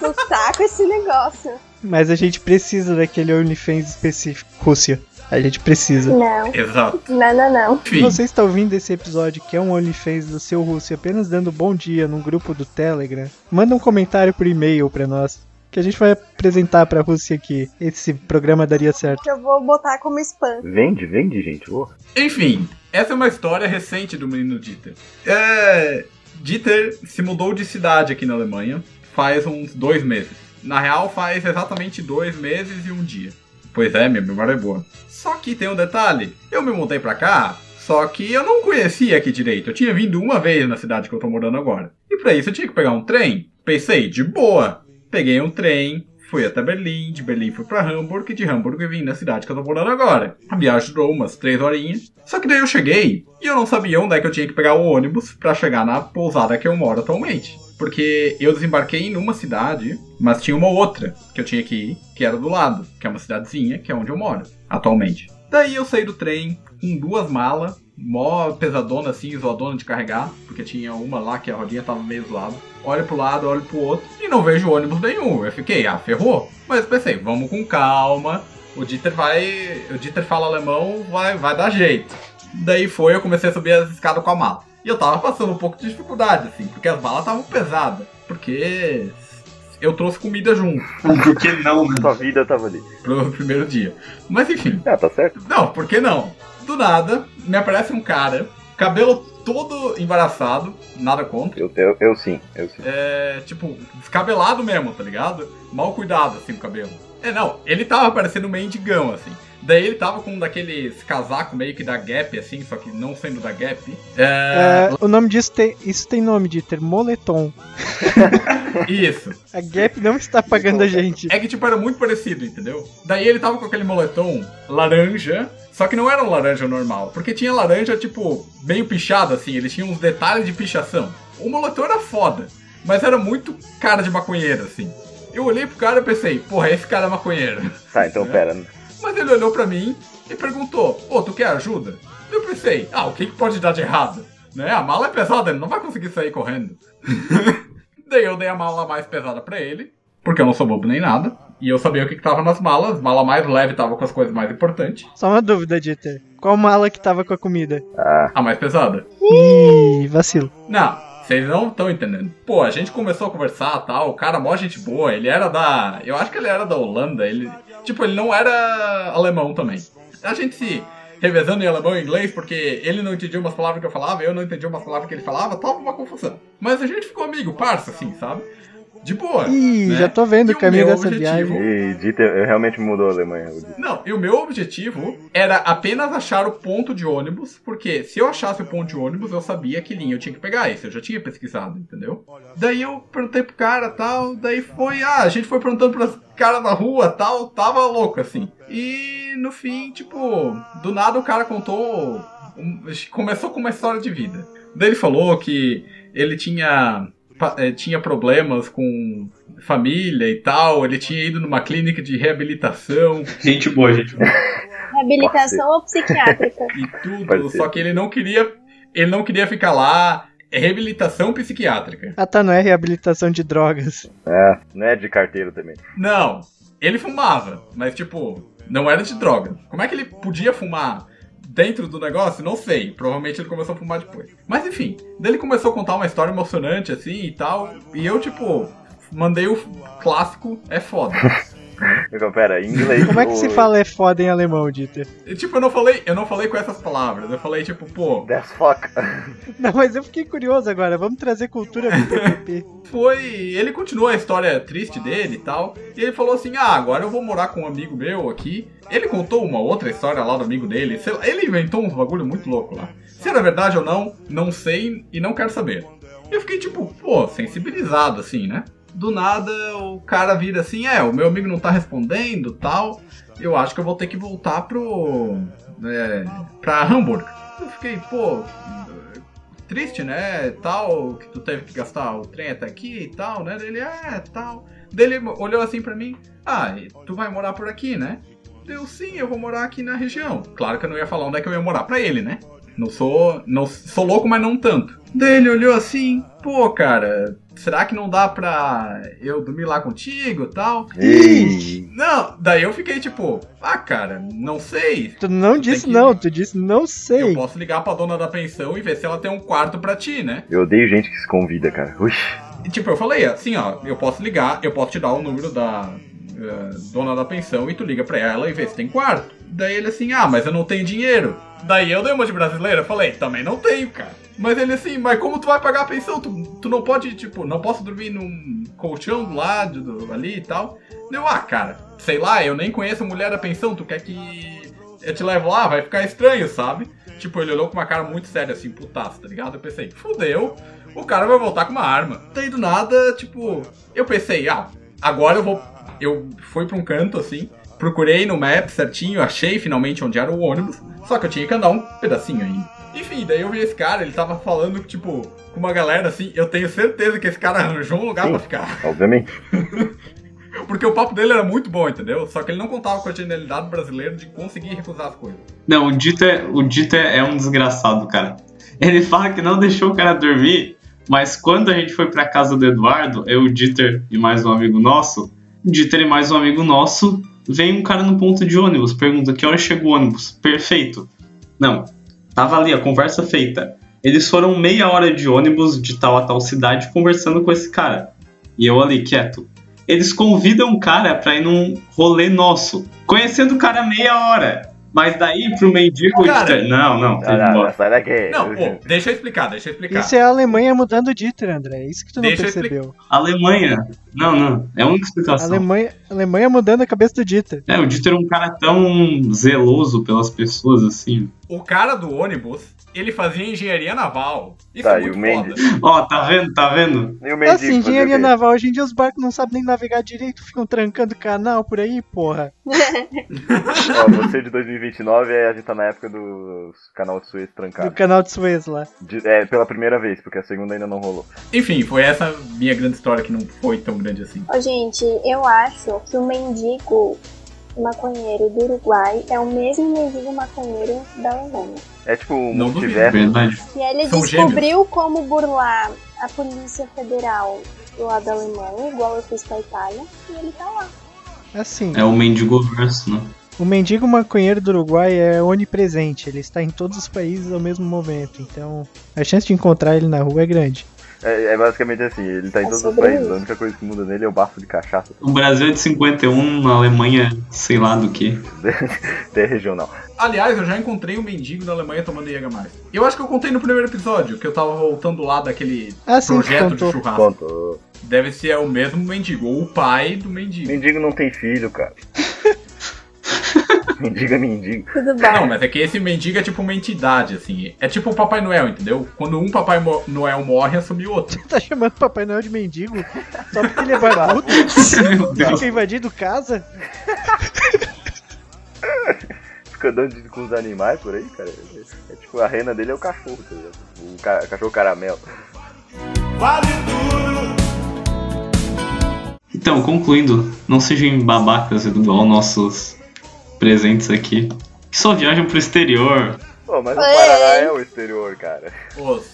Speaker 7: Não tá com esse negócio.
Speaker 6: Mas a gente precisa daquele OnlyFans específico, Rússia. A gente precisa.
Speaker 7: Não,
Speaker 5: Exato.
Speaker 7: não, não, não.
Speaker 6: Se
Speaker 5: Enfim,
Speaker 6: você está ouvindo esse episódio que é um OnlyFans do seu Rússia apenas dando bom dia no grupo do Telegram, manda um comentário por e-mail pra nós. Que a gente vai apresentar pra Rússia que esse programa daria certo.
Speaker 7: Que eu vou botar como spam.
Speaker 3: Vende, vende, gente. Ô,
Speaker 5: enfim, essa é uma história recente do menino Dieter. É, Dieter se mudou de cidade aqui na Alemanha faz uns dois meses. Na real, faz exatamente dois meses e um dia. Pois é, minha memória é boa. Só que tem um detalhe: eu me mudei pra cá, só que eu não conhecia aqui direito. Eu tinha vindo uma vez na cidade que eu tô morando agora. E pra isso eu tinha que pegar um trem. Pensei, de boa. Peguei um trem, fui até Berlim, de Berlim fui pra Hamburgo, e de Hamburgo eu vim na cidade que eu tô morando agora. A viagem durou umas três horinhas. Só que daí eu cheguei e eu não sabia onde é que eu tinha que pegar o ônibus pra chegar na pousada que eu moro atualmente. Porque eu desembarquei em uma cidade, mas tinha uma outra que eu tinha que ir, que era do lado, que é uma cidadezinha, que é onde eu moro atualmente. Daí eu saí do trem com duas malas, mó pesadona assim, zoadona de carregar, porque tinha uma lá que a rodinha tava meio zoada. Olho pro lado, olho pro outro e não vejo ônibus nenhum. Eu fiquei, ah, ferrou. Mas pensei, vamos com calma. O Dieter vai. O Dieter fala alemão, vai, vai dar jeito. Daí foi, eu comecei a subir as escadas com a mala. E eu tava passando um pouco de dificuldade, assim, porque as balas estavam pesadas. Porque eu trouxe comida junto
Speaker 2: Por que não, né?
Speaker 3: sua vida tava ali.
Speaker 5: pro primeiro dia. Mas enfim.
Speaker 3: Ah, tá certo?
Speaker 5: Não, por que não? Do nada, me aparece um cara, cabelo todo embaraçado, nada contra.
Speaker 3: Eu, eu, eu sim, eu sim.
Speaker 5: É, tipo, descabelado mesmo, tá ligado? Mal cuidado, assim, o cabelo. É, não, ele tava parecendo meio mendigão, assim. Daí ele tava com um daqueles casaco meio que da Gap, assim, só que não sendo da Gap. É,
Speaker 6: É, o nome disso tem. Isso tem nome, Dieter. Moletom.
Speaker 5: Isso.
Speaker 6: A Gap não está pagando a gente.
Speaker 5: É que, tipo, era muito parecido, entendeu? Daí ele tava com aquele moletom laranja, só que não era um laranja normal, porque tinha laranja, tipo, meio pichado, assim, ele tinha uns detalhes de pichação. O moletom era foda, mas era muito cara de maconheiro, assim. Eu olhei pro cara e pensei, porra, esse cara é maconheiro.
Speaker 3: Tá, então
Speaker 5: né?
Speaker 3: pera.
Speaker 5: Mas ele olhou pra mim e perguntou, ô, tu quer ajuda? Eu pensei, ah, o que, que pode dar de errado? Né? A mala é pesada, ele não vai conseguir sair correndo. Daí eu dei a mala mais pesada pra ele, porque eu não sou bobo nem nada. E eu sabia o que, que tava nas malas. Mala mais leve tava com as coisas mais importantes.
Speaker 6: Só uma dúvida, Dieter. Qual mala que tava com a comida?
Speaker 3: Ah,
Speaker 5: A mais pesada.
Speaker 6: Ih, vacilo.
Speaker 5: Não, vocês não estão entendendo. Pô, a gente começou a conversar tal, o cara é mó gente boa, ele era da. Eu acho que ele era da Holanda, ele. Tipo, ele não era alemão também. A gente se revezando em alemão e inglês, porque ele não entendia umas palavras que eu falava, eu não entendia umas palavras que ele falava, tava uma confusão. Mas a gente ficou amigo, parça, assim, sabe? De boa.
Speaker 6: Ih,
Speaker 5: né?
Speaker 6: já tô vendo
Speaker 5: E
Speaker 6: o caminho
Speaker 5: meu
Speaker 6: dessa viagem.
Speaker 3: e Dieter eu realmente mudou a Alemanha. o Dieter.
Speaker 5: Não, e o meu objetivo era apenas achar o ponto de ônibus, porque se eu achasse o ponto de ônibus, eu sabia que linha eu tinha que pegar. Isso eu já tinha pesquisado, entendeu? Daí eu perguntei pro cara tal, daí foi, ah, a gente foi perguntando pros caras na rua tal, tava louco assim. E no fim, tipo, do nada o cara contou, um- começou com uma história de vida. Daí ele falou que ele tinha pa- eh, tinha problemas com família e tal, ele tinha ido numa clínica de reabilitação
Speaker 2: Gente boa, gente boa.
Speaker 7: Reabilitação ou psiquiátrica?
Speaker 5: e tudo,
Speaker 3: Pode ser.
Speaker 5: só que ele não queria, ele não queria ficar lá. É reabilitação psiquiátrica.
Speaker 6: Ah tá, não é reabilitação de drogas.
Speaker 3: Ah, não é de carteiro também.
Speaker 5: Não, ele fumava, mas tipo, não era de droga. Como é que ele podia fumar dentro do negócio? Não sei. Provavelmente ele começou a fumar depois. Mas enfim, daí ele começou a contar uma história emocionante assim e tal, e eu tipo mandei o clássico é foda.
Speaker 3: Então, pera, em inglês.
Speaker 6: Como é que se
Speaker 3: o-
Speaker 6: fala é foda em alemão, Dieter?
Speaker 5: E, tipo, eu não falei, eu não falei com essas palavras. Eu falei, tipo, pô,
Speaker 3: That's fuck.
Speaker 6: Não, mas eu fiquei curioso agora. Vamos trazer cultura pro PPP.
Speaker 5: foi. Ele continuou a história triste dele e tal. E ele falou assim: Ah, agora eu vou morar com um amigo meu aqui. Ele contou uma outra história lá do amigo dele. sei lá, ele inventou uns bagulho muito louco lá. Se era verdade ou não, não sei e não quero saber. E eu fiquei tipo, pô, sensibilizado assim, né? Do nada o cara vira assim: É, o meu amigo não tá respondendo tal. Eu acho que eu vou ter que voltar pro. É, pra Hamburgo. Eu fiquei, pô, triste, né? Tal, que tu teve que gastar o trem até aqui e tal, né? Daí Ele, é, tal. Daí ele olhou assim pra mim, ah, e tu vai morar por aqui, né? Eu sim, eu vou morar aqui na região. Claro que eu não ia falar onde é que eu ia morar pra ele, né? Não sou. Não sou louco, mas não tanto. Daí ele olhou assim, pô, cara, será que não dá pra eu dormir lá contigo e tal?
Speaker 3: Ih,
Speaker 5: Não, daí eu fiquei tipo, ah, cara, não sei.
Speaker 6: Tu não
Speaker 5: Tu tem
Speaker 6: disse
Speaker 5: que-
Speaker 6: não, tu disse não
Speaker 5: Eu
Speaker 6: sei.
Speaker 5: posso ligar pra dona da pensão e ver se ela tem um quarto pra ti, né?
Speaker 3: eu odeio gente que se convida, cara. Ui.
Speaker 5: E, Tipo, eu falei assim, ó, eu posso ligar, eu posso te dar o número da eh, dona da pensão e tu liga pra ela e vê se tem quarto. Daí ele assim, ah, mas eu não tenho dinheiro. Daí eu dei uma de brasileira, falei, também não tenho, cara. Mas ele assim, mas como tu vai pagar a pensão? Tu, tu não pode, tipo, não posso dormir num colchão do lado, do- ali e tal. Deu, ah, cara, sei lá, eu nem conheço a mulher da pensão, tu quer que eu te levo lá? Vai ficar estranho, sabe? Tipo, ele olhou com uma cara muito séria, assim, putaço, tá ligado? Eu pensei, fudeu, o cara vai voltar com uma arma. Daí do nada, tipo, eu pensei, ah, agora eu vou. Eu fui pra um canto assim, procurei no map certinho, achei finalmente onde era o ônibus, só que eu tinha que andar um pedacinho ainda. Enfim, daí eu vi esse cara, ele tava falando, tipo, com uma galera assim, eu tenho certeza que esse cara arranjou um lugar
Speaker 3: Sim.
Speaker 5: pra ficar.
Speaker 3: Obviamente.
Speaker 5: Porque o papo dele era muito bom, entendeu? Só que ele não contava com a genialidade brasileira de conseguir recusar as coisas.
Speaker 2: Não, o Dieter, o Dieter é um desgraçado, cara. Ele fala que não deixou o cara dormir, mas quando a gente foi pra casa do Eduardo, eu, o Dieter e mais um amigo nosso, o Dieter e mais um amigo nosso, vem um cara no ponto de ônibus, pergunta que hora chega o ônibus. Perfeito. Não, tava ali a conversa feita. Eles foram meia hora de ônibus de tal a tal cidade conversando com esse cara. E eu ali, quieto. Eles convidam o cara pra ir num rolê nosso, conhecendo o cara meia hora. Mas daí pro mendigo.
Speaker 5: Cara.
Speaker 2: Dieter, Não, não, tá
Speaker 3: Ah,
Speaker 2: de
Speaker 3: não,
Speaker 2: boa.
Speaker 3: sai daqui.
Speaker 5: Não, pô, deixa eu explicar, deixa eu explicar.
Speaker 6: Isso é a Alemanha mudando o Dieter, André. É Isso que tu não
Speaker 5: Deixa eu
Speaker 6: percebeu.
Speaker 2: Alemanha. Não, não. É a única
Speaker 6: A
Speaker 2: explicação.
Speaker 6: Alemanha, a Alemanha mudando a cabeça do Dieter.
Speaker 2: É, o Dieter é um cara tão zeloso pelas pessoas, assim.
Speaker 5: O cara do ônibus, ele fazia engenharia naval. Isso
Speaker 3: Tá,
Speaker 5: é
Speaker 3: e o
Speaker 5: muito foda.
Speaker 3: Mendes?
Speaker 2: Ó, tá vendo, tá vendo?
Speaker 3: E o
Speaker 6: É
Speaker 3: Mendes
Speaker 6: assim,
Speaker 3: fazer
Speaker 6: engenharia
Speaker 3: o quê?
Speaker 6: naval. Hoje em dia os barcos não sabem nem navegar direito, ficam trancando canal por aí, porra.
Speaker 3: Ó, você de 2029 é, a gente tá na época do canal de Suez
Speaker 6: Do
Speaker 3: trancado.
Speaker 6: canal de Suez lá.
Speaker 3: De- é, pela primeira vez, porque a segunda ainda não rolou.
Speaker 5: Enfim, foi essa minha grande história que não foi tão grande assim.
Speaker 7: Ó, gente, eu acho que o mendigo maconheiro do Uruguai é o mesmo mendigo maconheiro da Alemanha.
Speaker 3: É tipo um
Speaker 5: Não duvido.
Speaker 3: multiverso.
Speaker 2: Verdade.
Speaker 7: Que ele
Speaker 5: São
Speaker 7: descobriu como burlar a polícia federal lá da Alemanha, igual eu fiz com a Itália, e ele tá lá.
Speaker 6: Assim,
Speaker 2: É o mendigo verso, né?
Speaker 6: o mendigo maconheiro do Uruguai é onipresente. Ele está em todos os países ao mesmo momento. Então, a chance de encontrar ele na rua é grande.
Speaker 3: É, é basicamente assim, ele tá em
Speaker 7: É
Speaker 3: todos os
Speaker 7: sobre
Speaker 3: países.
Speaker 7: isso.
Speaker 3: A única coisa que muda nele é o bafo de cachaça.
Speaker 2: O Brasil é de 51, a Alemanha, é sei lá do que.
Speaker 3: Até regional.
Speaker 5: Aliás, eu já encontrei um mendigo da Alemanha tomando Jägermeister. Eu acho que eu contei no primeiro episódio, que eu tava voltando lá daquele
Speaker 6: Ah, sim, tu
Speaker 5: projeto de
Speaker 6: contou.
Speaker 5: churrasco.
Speaker 3: Pronto.
Speaker 5: Deve ser o mesmo mendigo, ou o pai do mendigo.
Speaker 3: Mendigo não tem filho, cara. mendigo é mendigo.
Speaker 7: Tudo bem.
Speaker 5: Não, mas é que esse mendigo é tipo uma entidade, assim. É tipo o Papai Noel, entendeu? Quando um Papai Mo- Noel morre, assume outro.
Speaker 6: Tá chamando Papai Noel de mendigo só porque ele é barbudo
Speaker 2: Meu
Speaker 6: e
Speaker 2: Deus.
Speaker 6: fica invadindo casa?
Speaker 3: Fica andando de- com os animais por aí, cara. É, é tipo, a rena dele é o cachorro, tá ligado? O ca- cachorro caramelo.
Speaker 1: Vale tudo.
Speaker 2: Então, concluindo, não sejam babacas igual nossos presentes aqui, que só viajam pro exterior.
Speaker 3: Pô, mas o
Speaker 7: Ei.
Speaker 3: Paraná é o exterior, cara.
Speaker 5: Os,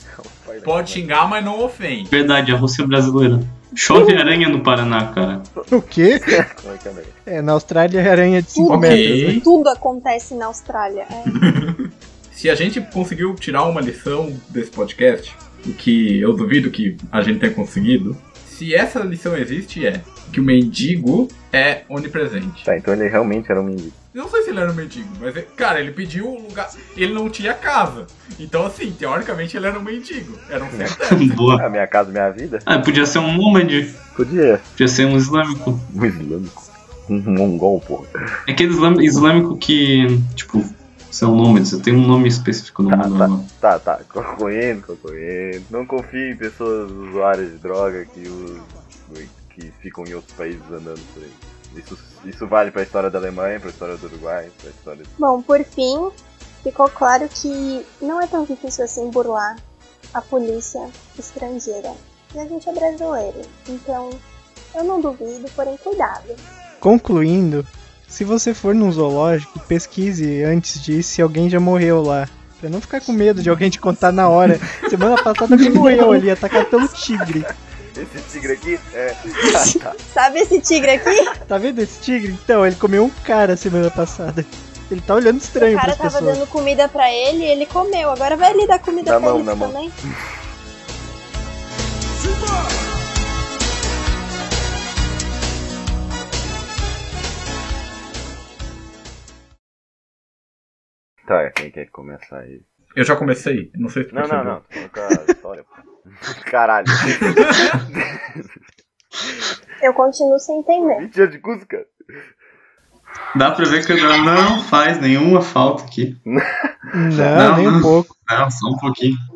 Speaker 3: Vai lá,
Speaker 5: pode xingar, mas não ofende.
Speaker 2: Verdade, a Rússia é brasileira. Chove aranha no Paraná, cara.
Speaker 6: O quê?
Speaker 3: né? Como é que é, velho?
Speaker 6: É, na Austrália é aranha de 5
Speaker 5: Ok.
Speaker 6: metros. né?
Speaker 7: Tudo acontece na Austrália.
Speaker 5: Uhum.
Speaker 7: É.
Speaker 5: Se a gente conseguiu tirar uma lição desse podcast, o que eu duvido que a gente tenha conseguido, se essa lição existe, é que o mendigo é onipresente.
Speaker 3: Tá, então ele realmente era um mendigo.
Speaker 5: Eu não sei se ele era um mendigo, mas, ele- cara, ele pediu um lugar. Ele não tinha casa. Então, assim, teoricamente ele era um mendigo. Era um ser humano.
Speaker 2: Boa.
Speaker 3: Ah, minha casa, minha vida?
Speaker 2: Ah, podia ser um nômade,
Speaker 3: Podia.
Speaker 2: podia ser um islâmico.
Speaker 3: Um islâmico. Um mongol, porra.
Speaker 2: É aquele islam- islâmico que, tipo, são nômades, eu tenho um nome específico no
Speaker 3: Tá,
Speaker 2: mundo.
Speaker 3: tá.
Speaker 2: não.
Speaker 3: Tá, tá. Concorrendo, concorrendo. Não confie em pessoas usuárias de droga que, usam, que ficam em outros países andando por aí. Isso, isso vale pra história da Alemanha, pra história do Uruguai, pra história
Speaker 7: Bom, por fim, ficou claro que não é tão difícil assim burlar a polícia estrangeira. E a gente é brasileiro, então eu não duvido, porém cuidado.
Speaker 6: Concluindo, se você for num zoológico, pesquise antes de ir se alguém já morreu lá. Pra não ficar com medo de alguém te contar na hora. Semana passada alguém morreu ali, atacado pelo tigre.
Speaker 3: Esse tigre aqui é.
Speaker 7: Sabe esse tigre aqui?
Speaker 6: Tá vendo esse tigre? Então, ele comeu um cara semana passada. Ele tá olhando
Speaker 7: O
Speaker 6: estranho
Speaker 7: cara
Speaker 6: pras
Speaker 7: tava
Speaker 6: pessoas.
Speaker 7: dando comida pra ele e ele comeu. Agora vai ele dar comida
Speaker 3: Na
Speaker 7: pra
Speaker 3: mão,
Speaker 7: ele
Speaker 3: na mão.
Speaker 7: também.
Speaker 3: Tá, quem quer começar aí?
Speaker 5: Eu já comecei, não sei se tu
Speaker 3: Não, não,
Speaker 5: percebeu.
Speaker 3: não. Tô com a história, pô. Caralho.
Speaker 7: Eu continuo sem entender.
Speaker 3: 20 anos de curso, cara.
Speaker 2: Dá pra ver que o Eduardo não faz nenhuma falta aqui.
Speaker 6: Não, nem um
Speaker 2: Não.
Speaker 6: pouco.
Speaker 2: Não, só um pouquinho.